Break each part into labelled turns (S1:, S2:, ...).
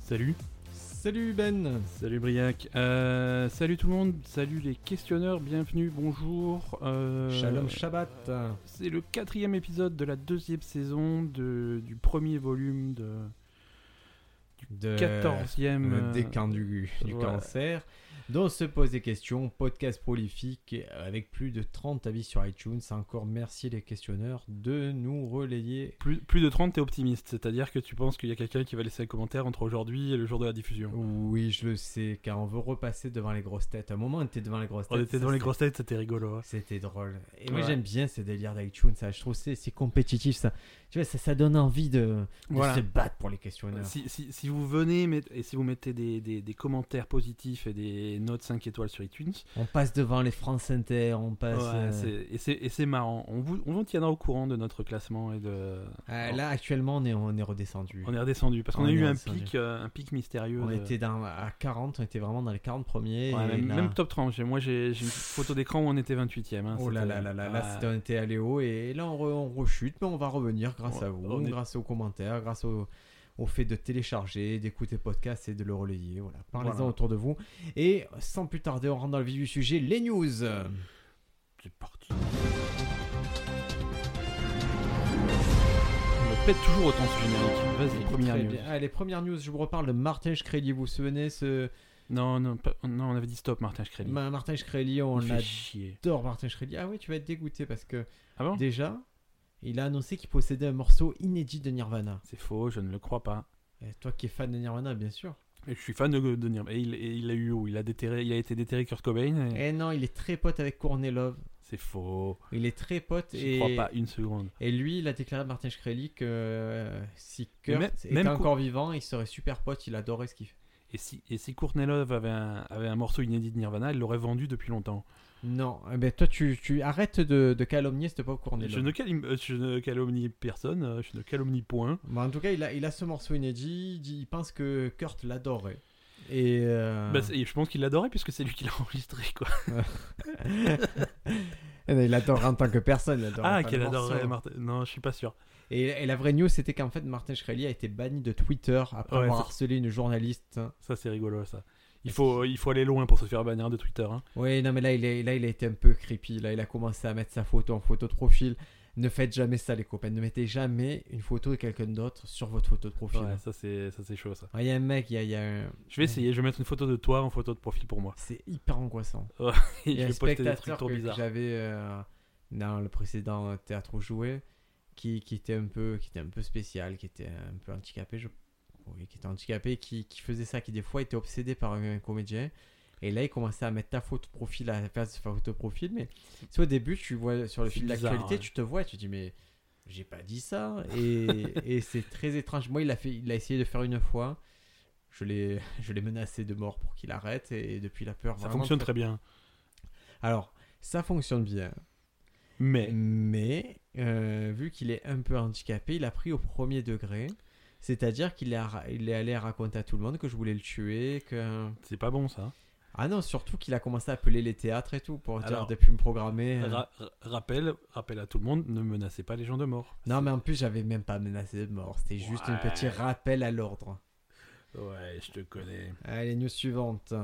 S1: Salut.
S2: Salut Ben
S1: Salut Briac. Euh, salut tout le monde. Salut les questionneurs. Bienvenue. Bonjour. Euh,
S2: Shalom Shabbat
S1: C'est le quatrième épisode de la deuxième saison de- du premier volume de Euh,
S2: de
S1: 14e.
S2: euh,
S1: euh,
S2: des camps du, du
S1: voilà.
S2: cancer, dont se pose des questions, podcast prolifique avec plus de 30 avis sur iTunes. Encore merci les questionneurs de nous relayer.
S1: Plus, plus de 30, t'es optimiste. C'est-à-dire que tu penses qu'il y a quelqu'un qui va laisser un commentaire entre aujourd'hui et le jour de la diffusion.
S2: Oui, je le sais, car on veut repasser devant les grosses têtes. À un moment, on était devant les grosses têtes.
S1: On était
S2: ça,
S1: dans les
S2: c'est-
S1: grosses têtes, c'était rigolo. hein.
S2: C'était drôle. Et moi,
S1: Ouais.
S2: j'aime bien ces délires d'iTunes. Ça, je trouve que c'est c'est compétitif. Ça, tu vois, ça, ça donne envie de, de
S1: Voilà.
S2: se battre pour les questionneurs.
S1: Si, si- si vous venez mettre- et si vous mettez des, des- des commentaires positifs et des notes 5 étoiles sur iTunes,
S2: On passe devant les France Inter. On passe.
S1: Ouais,
S2: euh,
S1: c'est- et c'est- et c'est marrant. On vous, on vous tiendra au courant de notre classement et de.
S2: Euh, là, actuellement, on est, on est redescendu.
S1: Oh. On est redescendu parce qu'on
S2: On
S1: a
S2: est
S1: eu un
S2: redescendu.
S1: pic, euh, un pic mystérieux.
S2: On
S1: de-
S2: était dans, à 40, on était vraiment dans les 40 premiers.
S1: Ouais,
S2: et
S1: même,
S2: là-
S1: même top 30. J'ai- Moi, j'ai j'ai une photo d'écran où on était 28ème. hein.
S2: Oh là
S1: C'était-
S2: là là là, là,
S1: Ah,
S2: c'était- on était allé haut et là on, re- on rechute, mais on va revenir grâce
S1: On-
S2: à vous,
S1: on est-
S2: grâce aux commentaires, grâce au, au fait de télécharger, d'écouter podcast et de le relayer. Voilà, parlez-en
S1: Voilà.
S2: autour de vous. Et sans plus tarder, on rentre dans le vif du sujet, les news.
S1: C'est parti. On me pète toujours autant ce générique. Vas-y, première
S2: Très
S1: news.
S2: bien. Ah, les premières news, je vous reparle de Martin Shkreli. Vous vous souvenez, ce
S1: Non, non, pas- non, on avait dit stop, Martin Shkreli.
S2: Ma- Martin Shkreli,
S1: Il
S2: on
S1: fait
S2: l'adore,
S1: chier.
S2: Martin Shkreli. Ah oui, tu vas être dégoûté parce que
S1: Ah bon
S2: Déjà, il a annoncé qu'il possédait un morceau inédit de Nirvana.
S1: C'est faux, je ne le crois pas.
S2: Et toi qui es fan de Nirvana, bien sûr.
S1: Et je suis fan de, de Nirvana. Et il, et il a eu où il a, déterré, il a été déterré Kurt Cobain. et-
S2: Eh non, il est très pote avec Kornelov.
S1: C'est faux.
S2: Il est très pote
S1: Je
S2: et,
S1: crois pas une seconde.
S2: et lui, il a déclaré à Martin Shkreli que euh, si Kurt
S1: Mais même-
S2: était
S1: même
S2: encore vivant, il serait super pote, il adorait ce qu'il fait.
S1: Et si, et si Courtney Love avait un, avait un morceau inédit de Nirvana, elle l'aurait vendu depuis longtemps.
S2: Non, eh ben toi, tu, tu arrêtes de, de calomnier ce pauvre Kornelov.
S1: Je ne, calim- euh, je ne calomnie personne, euh, je ne calomnie point.
S2: Bon, en tout cas, il a, il a ce morceau inédit, il, dit- il pense que Kurt l'adorait. Et euh,
S1: Bah, c'est- et je pense qu'il l'adorait puisque c'est lui qui l'a enregistré. Quoi.
S2: eh ben, il l'adorait en tant que personne. il adorait
S1: Ah,
S2: pas
S1: qu'elle
S2: le morceau.
S1: adorait Martin. Non, je suis pas sûr.
S2: Et, et la vraie news, c'était qu'en fait, Martin Shkreli a été banni de Twitter après
S1: Ouais,
S2: avoir
S1: ça-
S2: harcelé une journaliste.
S1: Ça, c'est rigolo ça. Il
S2: Est-ce
S1: faut, il faut aller loin pour se faire bannir de Twitter. hein.
S2: Oui, non, mais là il, est, là, il a été un peu creepy. Là, il a commencé à mettre sa photo en photo de profil. Ne faites jamais ça, les copains. Ne mettez jamais une photo de quelqu'un d'autre sur votre photo de profil.
S1: Ouais, ça, c'est ça, c'est chaud ça.
S2: Ah, Il y a un mec, il y a, il y a un-
S1: Je vais essayer, je vais mettre une photo de toi en photo de profil pour moi.
S2: c'est hyper angoissant.
S1: Et
S2: Il y
S1: je
S2: a
S1: vais poster
S2: un
S1: des trucs
S2: spectateur
S1: trop
S2: que, que
S1: bizarres.
S2: j'avais euh, dans le précédent théâtre où je jouais qui, qui était un peu qui était un peu spécial, qui était un peu handicapé, je... oui, qui était handicapé, qui, qui faisait ça, qui des fois était obsédé par un, un comédien. Et là, il commençait à mettre ta photo profil, à faire sa photo profil. Mais tu sais, au début, tu vois sur le
S1: C'est
S2: fil
S1: bizarre,
S2: d'actualité,
S1: ouais.
S2: tu te vois, et tu dis mais j'ai pas dit ça. Et, et c'est très étrange. Moi, il a fait, il a essayé de faire une fois. Je l'ai, je l'ai menacé de mort pour qu'il arrête. Et depuis la peur,
S1: Ça
S2: vraiment
S1: fonctionne très
S2: très-
S1: bien.
S2: alors, ça fonctionne bien,
S1: Mais
S2: mais euh, vu qu'il est un peu handicapé, il a pris au premier degré. C'est-à-dire qu'il est, à- il est allé raconter à tout le monde que je voulais le tuer, que...
S1: c'est pas bon ça.
S2: Ah non, surtout qu'il a commencé à appeler les théâtres et tout pour
S1: Alors,
S2: dire de plus me programmer. euh.
S1: Ra- ra- rappel, rappel à tout le monde, ne menacez pas les gens de mort.
S2: Non, mais en plus, j'avais même pas menacé de mort. C'était juste un petit
S1: Ouais.
S2: rappel à l'ordre.
S1: Ouais, je te connais.
S2: Allez, news Ah, suivante.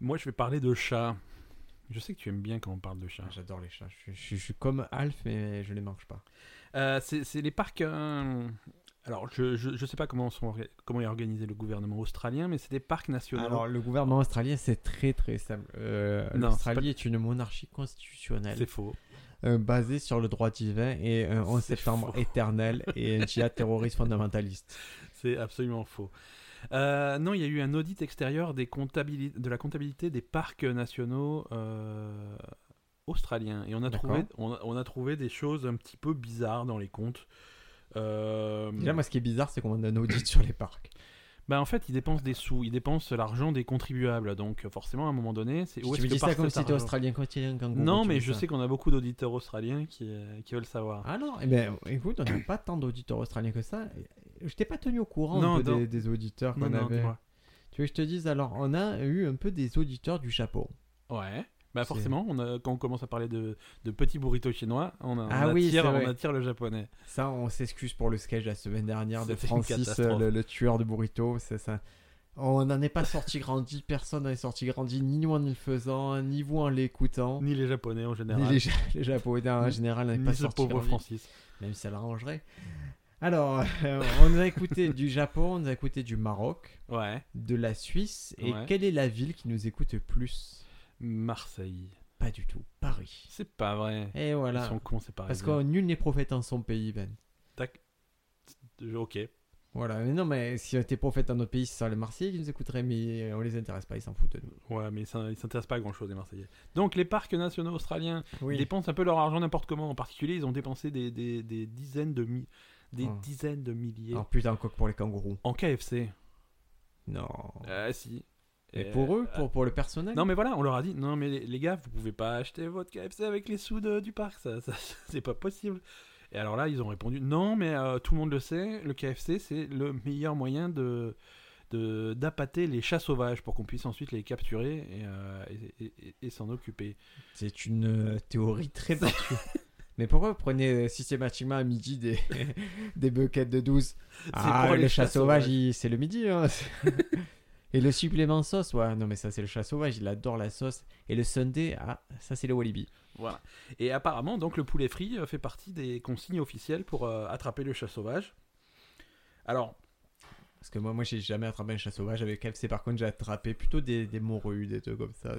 S1: Moi, je vais parler de chat. Je sais que tu aimes bien quand on parle de chat.
S2: J'adore les chats. Je, je- je suis comme Alf, mais je les mange pas.
S1: Euh, c'est c'est les parcs. euh, Alors, je, je, je sais pas comment, sont, orga- comment est organisé le gouvernement australien, mais c'est des parcs nationaux.
S2: Ah, Alors, le gouvernement australien, c'est très très simple. Euh,
S1: Non,
S2: L'Australie
S1: c'est
S2: est une monarchie constitutionnelle.
S1: c'est faux.
S2: euh, basé sur le droit divin et un 11
S1: C'est
S2: septembre
S1: faux.
S2: éternel et un djihad terroriste fondamentaliste.
S1: C'est absolument faux. Euh, non, il y a eu un audit extérieur des comptabili- de la comptabilité des parcs nationaux euh, australiens. Et on a,
S2: D'accord.
S1: trouvé, on, a- on a trouvé des choses un petit peu bizarres dans les comptes. Euh,
S2: Déjà, moi, ce qui est bizarre, c'est qu'on a un audit sur les parcs.
S1: Bah en fait, ils dépensent des sous, ils dépensent l'argent des contribuables, donc euh, forcément à un moment donné, c'est où est-ce
S2: tu me
S1: que
S2: dis ça
S1: part
S2: comme
S1: cet
S2: si t'étais
S1: argent
S2: australien quand il y a un kangourou.
S1: Non,
S2: tu
S1: mais
S2: dis
S1: je
S2: ça.
S1: sais qu'on a beaucoup d'auditeurs australiens qui, euh, qui veulent savoir.
S2: Ah non, eh ben, écoute, on n'a pas tant d'auditeurs australiens que ça. Je t'ai pas tenu au courant un
S1: Non,
S2: peu
S1: non.
S2: Des, des auditeurs Ah, qu'on
S1: non, non,
S2: avait.
S1: dis-moi.
S2: tu veux que je te dise alors, on a eu un peu des auditeurs du Japon.
S1: Ouais. Bah
S2: C'est-
S1: forcément, on a- quand on commence à parler de, de petits burritos chinois, on, a- on
S2: Ah oui,
S1: attire,
S2: c'est vrai.
S1: on attire le japonais.
S2: Ça, on s'excuse pour le sketch la semaine dernière de
S1: C'était une
S2: Francis,
S1: catastrophe.
S2: euh, le, le tueur de burrito. C'est ça. On n'en est pas sorti grandi, personne n'en est sorti grandi, ni nous en le faisant, ni vous en l'écoutant,
S1: Ni les japonais en
S2: ni
S1: général,
S2: les,
S1: ni,
S2: Ja- les Japonais en
S1: Ni-
S2: général n'en est pas
S1: ce
S2: sorti
S1: pauvre
S2: grandi,
S1: Francis.
S2: même si ça l'arrangerait. Alors, euh, on nous a écouté du Japon, on nous a écouté du Maroc,
S1: Ouais,
S2: de la Suisse, et
S1: Ouais.
S2: quelle est la ville qui nous écoute le plus
S1: Marseille.
S2: Pas du tout, Paris.
S1: C'est pas vrai.
S2: Et voilà.
S1: Ils sont cons, c'est pareil.
S2: Parce que nul n'est prophète en son pays, Ben.
S1: Ok.
S2: Voilà, mais non, mais si on était prophète dans notre pays, ce serait les Marseillais qui nous écouteraient, mais euh, on les intéresse pas, ils s'en foutent de nous.
S1: Ouais, mais ça, ils s'intéressent pas à grand chose, les Marseillais. Donc, les parcs nationaux australiens
S2: Oui,
S1: dépensent un peu leur argent n'importe comment. En particulier, ils ont dépensé des, des- des dizaines, de mi- des
S2: Oh.
S1: dizaines de milliers
S2: en plus d'un coq pour les kangourous.
S1: en KFC.
S2: Non.
S1: Ah, si.
S2: Oh. Et
S1: Euh,
S2: pour eux, pour, pour le personnel
S1: Non mais voilà, on leur a dit non mais les, les gars, vous pouvez pas acheter votre KFC avec les sous de- du parc, ça, ça- c'est pas possible. Et alors là, ils ont répondu non mais euh, tout le monde le sait, le KFC c'est le meilleur moyen de de- d'appâter les chats sauvages pour qu'on puisse ensuite les capturer et, euh, et- et- et- et s'en occuper.
S2: C'est une euh, théorie très particulière. mais pourquoi vous prenez euh, systématiquement à midi des, des buckets de 12 Ah,
S1: pour
S2: le
S1: les
S2: chat
S1: chats
S2: sauvage,
S1: sauvages.
S2: il- c'est le midi. hein. Et le supplément sauce, ouais, non mais ça c'est le chat sauvage, il adore la sauce. Et le sundae, ah, ça c'est le walibi.
S1: Voilà. Et apparemment donc le poulet frit euh, fait partie des consignes officielles pour euh, attraper le chat sauvage. Alors
S2: Parce que moi, moi j'ai jamais attrapé un chat sauvage avec KFC, par contre j'ai attrapé plutôt des, des morues, des trucs comme ça.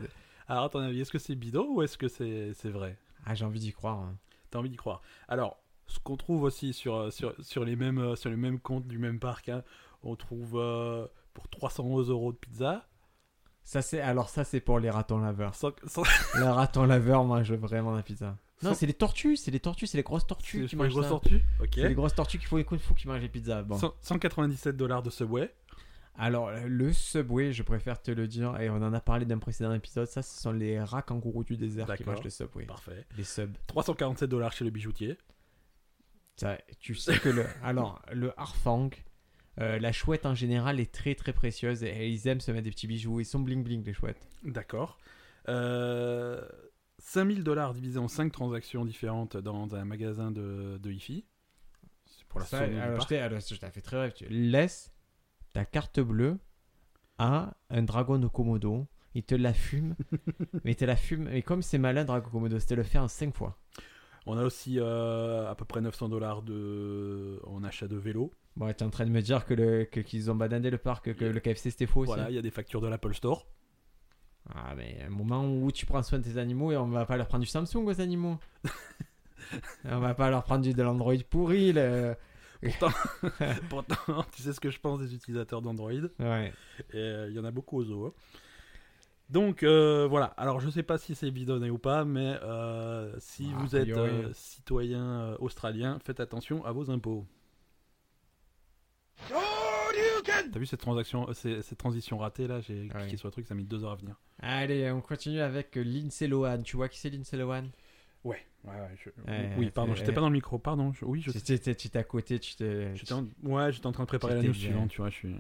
S1: alors à ton avis, est-ce que c'est bidon ou est-ce que c'est c'est vrai
S2: Ah, j'ai envie d'y croire. hein.
S1: T'as envie d'y croire. Alors, ce qu'on trouve aussi sur, euh, sur, sur les mêmes, euh, sur les mêmes comptes du même parc, hein, on trouve euh, pour 311 euros de pizza.
S2: Ça, c'est... Alors, ça, c'est pour les ratons laveurs.
S1: Sans- sans-
S2: les ratons laveurs, moi, je veux vraiment la pizza. Non,
S1: Sans-
S2: c'est les tortues, c'est les tortues, c'est les grosses tortues
S1: c'est
S2: qui
S1: pour les
S2: mangent
S1: grosses
S2: ça.
S1: tortues. Ok.
S2: C'est les grosses tortues qu'il faut, qu'il faut qui mangent les pizzas. Bon.
S1: Cent- 197 dollars de Subway.
S2: Alors, le Subway, je préfère te le dire, et on en a parlé d'un précédent épisode, ça, ce sont les rats kangourous du désert qui
S1: D'accord.
S2: mangent le Subway.
S1: Parfait.
S2: Les subs.
S1: 347 dollars chez le bijoutier.
S2: Ça, tu sais que le, alors, le harfang, euh, la chouette en général est très très précieuse et, et ils aiment se mettre des petits bijoux. Ils sont bling bling les chouettes.
S1: D'accord. Euh, 5000 dollars divisé en 5 transactions différentes dans un magasin de, de hi C'est pour la
S2: Ça,
S1: sono du
S2: alors, je
S1: parc.
S2: t'ai- alors, je t'ai fait très rêve. Tu laisses ta carte bleue à un dragon de Komodo. Il te la fume. mais il te la fume. Et comme c'est malin, dragon de Komodo, c'était le faire en 5 fois.
S1: On a aussi euh, à peu près 900 dollars de... en achat de vélo.
S2: Bon, t'es en train de me dire que le- que- qu'ils ont banadé le parc, que
S1: Yeah.
S2: le KFC c'était faux aussi.
S1: Voilà, il y a des factures de l'Apple Store.
S2: Ah, mais un moment où tu prends soin de tes animaux et on va pas leur prendre du Samsung aux animaux. on va pas leur prendre du, de l'Android pourri. le-
S1: Pourtant, tu sais ce que je pense des utilisateurs d'Android. Et
S2: Ouais.
S1: euh, il y en a beaucoup aux zoo. hein. Donc euh, voilà. Alors je sais pas si c'est bidonné ou pas, mais euh, si
S2: Ah,
S1: vous
S2: a
S1: êtes
S2: priori.
S1: euh, citoyen euh, australien, faites attention à vos impôts. T'as vu cette transaction, euh, ces- cette transition ratée là J'ai
S2: Ah
S1: cliqué
S2: oui.
S1: sur le truc, ça a mis deux heures à venir.
S2: Allez, on continue avec euh, Lindsay Lohan. Tu vois qui c'est Lindsay Lohan
S1: Ouais. ouais,
S2: Ouais,
S1: oui, pardon.
S2: c'est-
S1: J'étais pas dans le micro. Pardon. je- Oui, je.
S2: Tu étais tu étais à côté, tu te...
S1: J'étais en... Ouais, j'étais en train de préparer la
S2: C'était
S1: news
S2: bien.
S1: suivante. Tu vois, je suis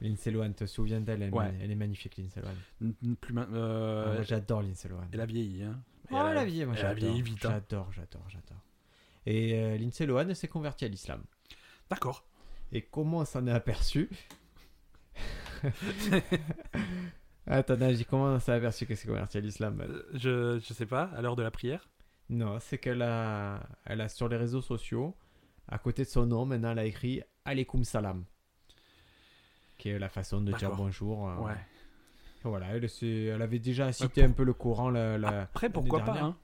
S2: Lindsay Lohan, te souviens d'elle elle, est
S1: Ouais.
S2: ma- elle est magnifique, Lindsay Lohan.
S1: n- n- plus. ma-
S2: Ah,
S1: euh,
S2: moi, j'adore Lindsay Lohan.
S1: Elle a vieilli. Hein. Elle
S2: Oh,
S1: a-
S2: elle a vieilli, moi,
S1: elle a
S2: j'adore.
S1: vieilli vite, hein.
S2: J'adore, j'adore, j'adore. Et euh, Lindsay Lohan elle s'est convertie à l'islam.
S1: D'accord.
S2: Et comment on s'en est aperçu Attends, non, je dis Ah, comment on s'en est aperçu que c'est converti à l'islam madame
S1: Euh, Je, je sais pas, à l'heure de la prière.
S2: Non, c'est qu'elle a, elle a sur les réseaux sociaux, à côté de son nom, maintenant elle a écrit Aleikum Salam. Qui est la façon de dire
S1: D'accord.
S2: bonjour. euh,
S1: Ouais.
S2: Voilà, elle, s'est- elle avait déjà cité
S1: pour-
S2: un peu le Coran la, la-
S1: Ah, Après,
S2: l'année
S1: pourquoi pas
S2: dernière.
S1: hein.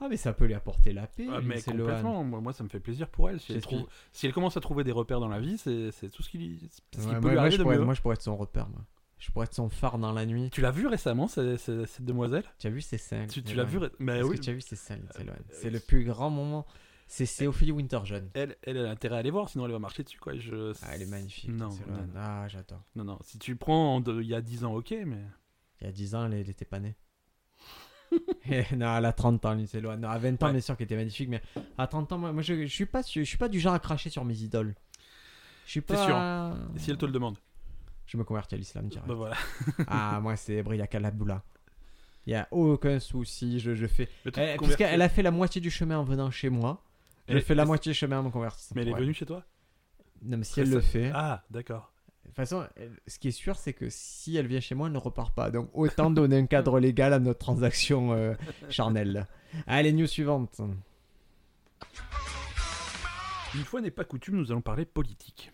S2: Ah, mais ça peut lui apporter la paix.
S1: Ah, Mais
S2: Lindsay Lohan.
S1: complètement, moi, moi, ça me fait plaisir pour elle. Si elle,
S2: J'explique.
S1: trouve- si elle commence à trouver des repères dans la vie, c'est c'est tout ce qui, lui- ce qui
S2: Ouais,
S1: peut
S2: moi,
S1: lui
S2: moi,
S1: arriver
S2: je
S1: de
S2: pourrais,
S1: mieux.
S2: moi, je pourrais être son repère. moi. Je pourrais être son phare dans la nuit.
S1: Tu l'as vu récemment, c'est- c'est- cette demoiselle
S2: Tu as vu, c'est ça.
S1: Tu, tu
S2: Lindsay
S1: l'as
S2: Lohan.
S1: vu ré- Mais
S2: Est-ce
S1: Ah oui, euh,
S2: que tu as vu, c'est ça, Lindsay Lohan. C'est
S1: oui.
S2: le plus grand moment. C'est c'est
S1: Euh,
S2: Ophélie Winterjeune.
S1: elle, elle a intérêt à aller voir, sinon elle va marcher dessus. Quoi. Je...
S2: Ah, elle est magnifique.
S1: Non,
S2: Lindsay
S1: non,
S2: Lohan.
S1: non.
S2: Ah, j'adore.
S1: Non, non, si tu prends en deux- il y a 10 ans, ok, mais.
S2: Il y a 10 ans, elle, elle était pas née. Eh, non, elle a 30 ans, Lindsay Lohan. Non, à 20 ans,
S1: Ouais.
S2: bien sûr qu'elle était magnifique, mais à 30 ans, moi, moi, je, je suis pas, je suis pas du genre à cracher sur mes idoles. Je suis
S1: T'es
S2: pas.
S1: Et si elle te le demande
S2: Je me convertis à l'islam direct.
S1: Bah voilà.
S2: ah, moi, c'est Briac Alabdoula. Il n'y a aucun souci, je, je fais.
S1: Le truc converti-
S2: Elle, Eh, puisqu'elle a fait la moitié du chemin en venant chez moi, je
S1: Elle-
S2: fais la
S1: elle-
S2: moitié du chemin en me convertissant.
S1: Mais elle est
S2: Ouais.
S1: venue chez toi
S2: Non, mais si elle
S1: Très
S2: le fait.
S1: Ah, d'accord.
S2: De toute façon, elle- ce qui est sûr, c'est que si elle vient chez moi, elle ne repart pas. Donc autant donner un cadre légal à notre transaction euh, charnelle. Allez, news suivante.
S1: Une fois n'est pas coutume, nous allons parler politique.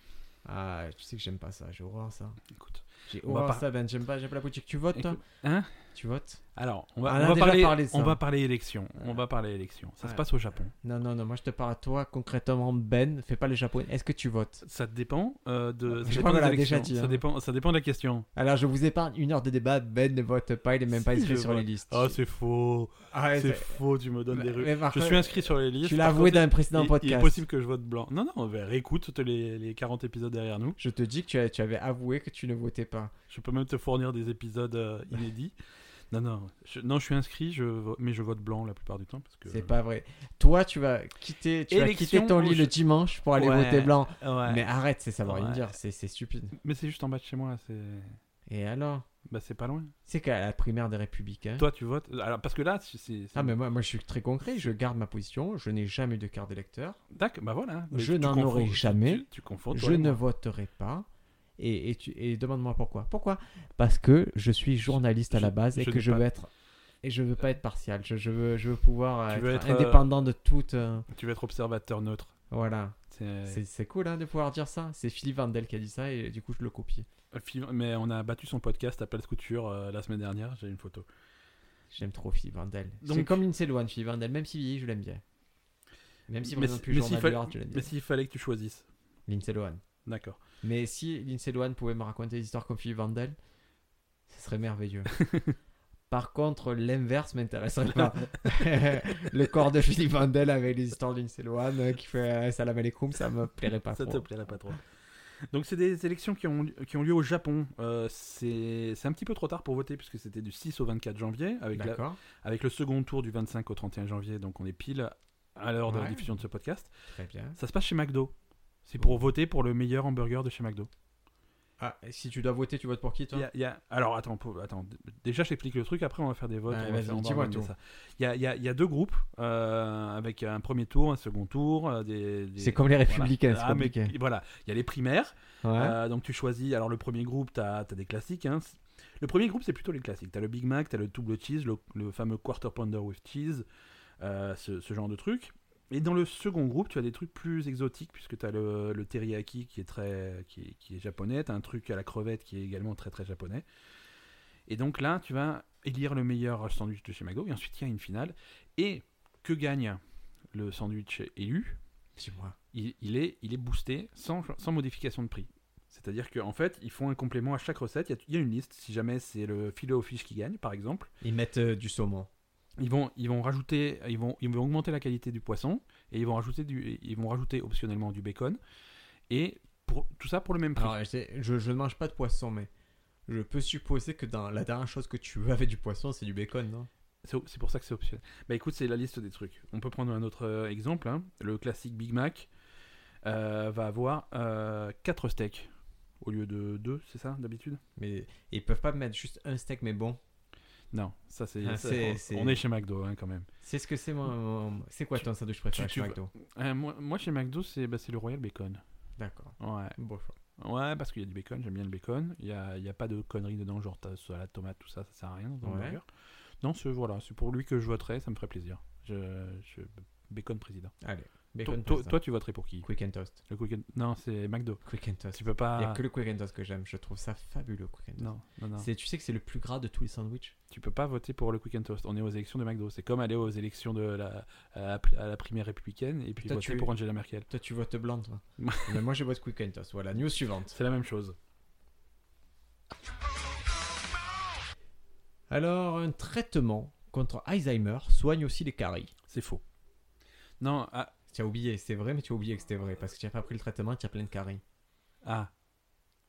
S2: Ah, tu sais que j'aime pas ça, j'ai horreur ça.
S1: Écoute.
S2: J'ai
S1: On va
S2: horreur
S1: par-
S2: ça, Ben, j'aime pas, j'aime pas la politique. Tu votes toi
S1: Écoute, hein
S2: Tu votes
S1: Alors, on va,
S2: On
S1: on
S2: en a
S1: va
S2: Ah, déjà
S1: parler,
S2: parlé de ça.
S1: on va parler élection. On
S2: Ouais.
S1: va parler élection. Ça
S2: Ouais.
S1: se passe au Japon.
S2: Non, non, non, moi je te parle à toi concrètement, Ben, fais pas les japonais. Est-ce que tu votes
S1: Ça dépend euh, de. Ça
S2: Je crois
S1: dépend,
S2: qu'on
S1: des
S2: l'a déjà
S1: élections.
S2: dit,
S1: ça,
S2: hein.
S1: dépend, ça dépend de la question.
S2: Alors je vous épargne une heure de débat, Ben ne vote pas, il est même
S1: Si,
S2: pas inscrit
S1: je
S2: sur les
S1: vote.
S2: listes.
S1: Ah, c'est faux.
S2: Ah, ouais,
S1: c'est
S2: ça-
S1: faux. Tu me donnes des rues.
S2: Mais par
S1: Je
S2: contre,
S1: suis inscrit sur les listes.
S2: Tu l'as
S1: par
S2: avoué
S1: contre,
S2: dans un précédent
S1: il-
S2: podcast.
S1: Il est possible que je vote blanc. Non, non, bah, réécoute les, les 40 épisodes derrière nous.
S2: Je te dis que tu, as- tu avais avoué que tu ne votais pas.
S1: Je peux même te fournir des épisodes euh, inédits. Non, non, je, non, je suis inscrit, je, vo- mais je vote blanc la plupart du temps. Parce que...
S2: C'est pas vrai. Toi, tu vas quitter, tu vas
S1: Élection
S2: quitter ton lit
S1: rouge.
S2: le dimanche pour aller
S1: Ouais.
S2: voter blanc.
S1: Ouais.
S2: Mais arrête, c'est ça veut rien
S1: Ouais.
S2: dire, c'est c'est stupide.
S1: Mais c'est juste en bas de chez moi, c'est
S2: Et alors
S1: bah, c'est pas loin.
S2: C'est qu'à la primaire des Républicains.
S1: Toi, tu votes Alors, Parce que là, c'est. c'est-
S2: Ah, mais moi, moi, je suis très concret, je garde ma position, je n'ai jamais eu de carte d'électeur,
S1: D'accord, bah voilà. Mais
S2: Je
S1: tu
S2: n'en
S1: confonds-
S2: aurai
S1: tu-
S2: jamais.
S1: Tu, tu confonds. toi
S2: je
S1: et
S2: ne
S1: moi.
S2: voterai pas. Et, et, tu- et demande-moi pourquoi. Pourquoi Parce que je suis journaliste à
S1: Je-
S2: la base et
S1: je
S2: que
S1: n'ai
S2: je
S1: pas-
S2: veux être. Et je veux pas être partial, je, je veux, je veux pouvoir
S1: Tu
S2: être,
S1: veux être, euh,
S2: indépendant de toute. euh,
S1: Tu vas être observateur neutre.
S2: Voilà.
S1: C'est-
S2: C'est c'est cool hein, de pouvoir dire ça. C'est Philippe Vandel qui a dit ça et du coup je le copie.
S1: Phil- euh, Mais on a battu son podcast Appel Couture euh, la semaine dernière, j'ai une photo.
S2: J'aime trop Philippe Vandel. C'est
S1: Donc-
S2: comme une s'éloigne Philippe Vandel, même s'il vieillit, je l'aime bien. Même si par
S1: Mais si-
S2: exemple plus
S1: mais
S2: journal
S1: s'il fallait-
S2: du Hard, je l'aime
S1: Mais
S2: bien.
S1: s'il fallait que tu choisisses.
S2: Lindsay Lohan.
S1: D'accord.
S2: Mais si Lindsay Lohan pouvait me raconter des histoires comme Philippe Vandel, ce serait merveilleux. Par contre, l'inverse m'intéresserait pas. le corps de Philippe Vandel avec les histoires de Lindsay Lohan euh, qui fait euh, salam alaikum, ça me plairait pas
S1: Ça te
S2: trop.
S1: plairait pas trop. Donc, c'est des élections qui ont, qui ont lieu au Japon. Euh, c'est c'est un petit peu trop tard pour voter puisque c'était du 6 au 24 janvier, avec, la-
S2: D'accord.
S1: avec le second tour du 25 au 31 janvier. Donc, on est pile à l'heure de la
S2: Ouais.
S1: diffusion de ce podcast.
S2: Très bien.
S1: Ça se passe chez McDo. C'est pour voter pour le meilleur hamburger de chez McDo.
S2: Ah, et si tu dois voter, tu votes pour qui toi
S1: Il y a- il y a- Alors, attends, pour- attends. d- Déjà, je t'explique le truc. Après, on va faire des votes.
S2: Ouais,
S1: on va
S2: vas-y,
S1: faire- on va
S2: dis-moi
S1: organiser
S2: tout.
S1: ça. Il y a, il y a- il y a deux groupes euh, avec un premier tour, un second tour. euh, Des, des-
S2: C'est comme les
S1: voilà.
S2: républicains, c'est
S1: Ah, mais
S2: compliqué.
S1: voilà, il y a les primaires.
S2: Ouais.
S1: euh, donc, tu choisis. Alors, le premier groupe, tu as, des classiques. hein. Le premier groupe, c'est plutôt les classiques. Tu as le Big Mac, tu as le double cheese, le, le fameux quarter pounder with cheese, euh, ce, ce genre de truc. Et dans le second groupe, tu as des trucs plus exotiques, puisque tu as le, le teriyaki qui est, très, qui, est, qui est japonais, tu as un truc à la crevette qui est également très très japonais. Et donc là, tu vas élire le meilleur sandwich de chez Mago, et ensuite il y a une finale. Et que gagne le sandwich élu
S2: Dis-moi.
S1: il, il est, il est boosté sans, sans modification de prix. C'est-à-dire qu'en fait, ils font un complément à chaque recette. Il y a- il y, a une liste. Si jamais c'est le filet au fish qui gagne, par exemple,
S2: Ils mettent euh, du saumon.
S1: ils vont, ils vont rajouter, ils vont, ils vont augmenter la qualité du poisson et ils vont rajouter, du, ils vont rajouter optionnellement du bacon. Et pour, tout ça pour le même prix.
S2: Alors, je, sais- je- je ne mange pas de poisson, mais je peux supposer que dans la dernière chose que tu veux avec du poisson, c'est du bacon, non
S1: C'est au- c'est pour ça que c'est optionnel. Bah écoute, c'est la liste des trucs. On peut prendre un autre euh, exemple. hein. Le classique Big Mac euh, va avoir 4 steaks au lieu de 2, c'est ça d'habitude
S2: Mais ils peuvent pas mettre juste un steak, mais bon.
S1: Non, ça c'est.
S2: Ah,
S1: ça,
S2: c'est-
S1: on-
S2: c'est-
S1: on, est chez McDo hein, quand même.
S2: C'est ce que c'est, moi. mon- C'est quoi ton sandwich préféré
S1: tu-
S2: chez
S1: tu-
S2: McDo
S1: Euh, moi, moi, chez McDo, c'est bah, c'est le Royal Bacon.
S2: D'accord.
S1: Ouais,
S2: Bon choix.
S1: ouais parce qu'il y a du bacon, j'aime bien le bacon. Il n'y a, il y a pas de conneries dedans, genre ta salade, tomate, tout ça, ça sert à rien dans le
S2: Ouais.
S1: burger. Non, c'est voilà, c'est pour lui que je voterai, ça me ferait plaisir. Je, je- Bacon président.
S2: Allez.
S1: Toi-
S2: Bacon
S1: toi,
S2: toast.
S1: toi, tu voterais pour qui
S2: Quick and toast.
S1: Le Quick and- Non, c'est McDo.
S2: Quick and toast.
S1: Tu peux
S2: Il n'y a
S1: pas.
S2: que le quick and toast que j'aime. Je trouve ça fabuleux, quick and toast.
S1: Non, non, non.
S2: C'est- Tu sais que c'est le plus gras de tous les sandwichs
S1: Tu peux pas voter pour le Quick and Toast. On est aux élections de McDo. C'est comme aller aux élections de la, à, la, pri- à la primaire républicaine et puis
S2: Toi,
S1: voter
S2: tu-
S1: pour Angela Merkel.
S2: Toi, tu votes blanc, toi. mais moi, je vote quick and toast. Voilà, news suivante.
S1: C'est la même chose.
S2: Alors, un traitement contre Alzheimer soigne aussi les caries.
S1: C'est faux. Non, ah,
S2: Tu as oublié, c'est vrai, mais tu as oublié que c'était vrai parce que tu n'as pas pris le traitement, tu as plein de caries.
S1: ah.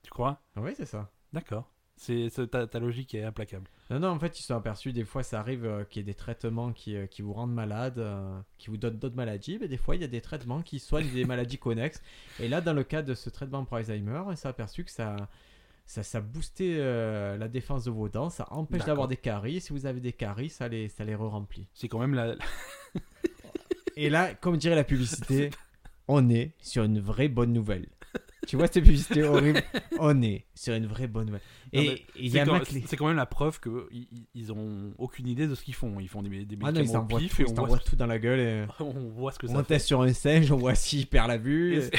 S1: tu crois
S2: Oui, c'est ça.
S1: D'accord. C'est c'est- ta, ta logique est implacable.
S2: Non, non, en fait, ils se sont aperçus, des fois, ça arrive euh, qu'il y ait des traitements qui, euh, qui vous rendent malade, euh, qui vous donnent d'autres maladies, mais des fois, il y a des traitements qui soignent des maladies connexes. Et là, dans le cas de ce traitement pour Alzheimer, on s'est aperçu que ça, ça, ça boostait euh, la défense de vos dents, ça empêche
S1: D'accord.
S2: d'avoir des caries. Si vous avez des caries, ça les, ça les re-remplit.
S1: C'est quand même la.
S2: Et là, comme dirait la publicité, on est sur une vraie bonne nouvelle. Tu vois cette publicité horrible On est sur une vraie bonne nouvelle.
S1: Non, mais
S2: Et il y
S1: c'est
S2: a
S1: quand-
S2: ma clé.
S1: C'est quand même la preuve qu'ils ont aucune idée de ce qu'ils font. Ils font des, des
S2: Ah non, ils
S1: médicaments au
S2: t'envoient
S1: pif
S2: tout,
S1: et
S2: ils
S1: on
S2: t'envoient
S1: voit,
S2: tout dans la gueule. et-
S1: on voit ce que
S2: On
S1: ça fait.
S2: teste sur un singe, on voit s'il perd la vue.
S1: Est-ce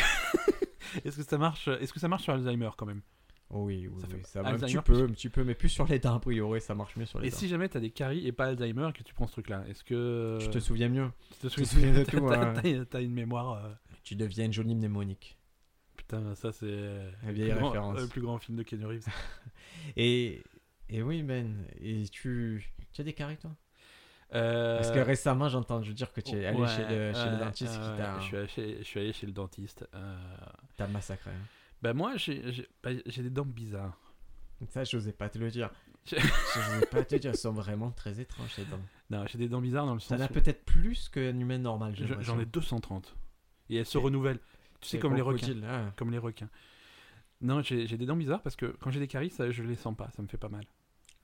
S1: est-ce que ça marche Est-ce que ça marche sur Alzheimer quand même
S2: Oh oui, oui,
S1: Ça
S2: oui,
S1: fait
S2: ça va un petit
S1: Alzheimer,
S2: peu, un petit peu, mais plus sur les dents a priori, ça marche mieux sur les
S1: Et
S2: dents.
S1: si euh, jamais t'as des caries et pas Alzheimer et que tu prends ce truc-là, est-ce que
S2: Tu te souviens mieux,
S1: tu te
S2: te souviens de
S1: t'as-
S2: tout,
S1: t'as-
S2: ouais.
S1: t'as- T'as une mémoire. euh,
S2: tu deviens une jolie mnémonique.
S1: Putain, ça c'est
S2: La
S1: le
S2: vieille
S1: plus grand-
S2: référence.
S1: euh, le plus grand film de Ken Reeves.
S2: Et, et oui, Ben, et tu, tu as des caries toi
S1: Euh,
S2: Parce que récemment, j'ai entendu dire que tu es allé
S1: ouais,
S2: chez, le, chez le
S1: ouais,
S2: dentiste
S1: ouais,
S2: qui t'a
S1: Je suis allé chez, je suis allé chez le dentiste. euh,
S2: t'a massacré. hein.
S1: Bah moi, j'ai j'ai- bah, j'ai des dents bizarres.
S2: Ça, je n'osais pas te le dire.
S1: Je-
S2: Je n'osais pas te le dire, elles sont vraiment très étranges ces dents.
S1: Non, j'ai des dents bizarres dans le
S2: T'en
S1: sens
S2: as
S1: où-
S2: peut-être plus qu'un humain normal, j'ai
S1: Je-
S2: l'impression.
S1: J'en ai 230. Et elles se
S2: Ok.
S1: renouvellent. Tu sais, comme les requins.
S2: crocodiles, ah.
S1: Comme les requins. Non, j'ai j'ai des dents bizarres parce que quand j'ai des caries, ça, je les sens pas. Ça me fait pas mal.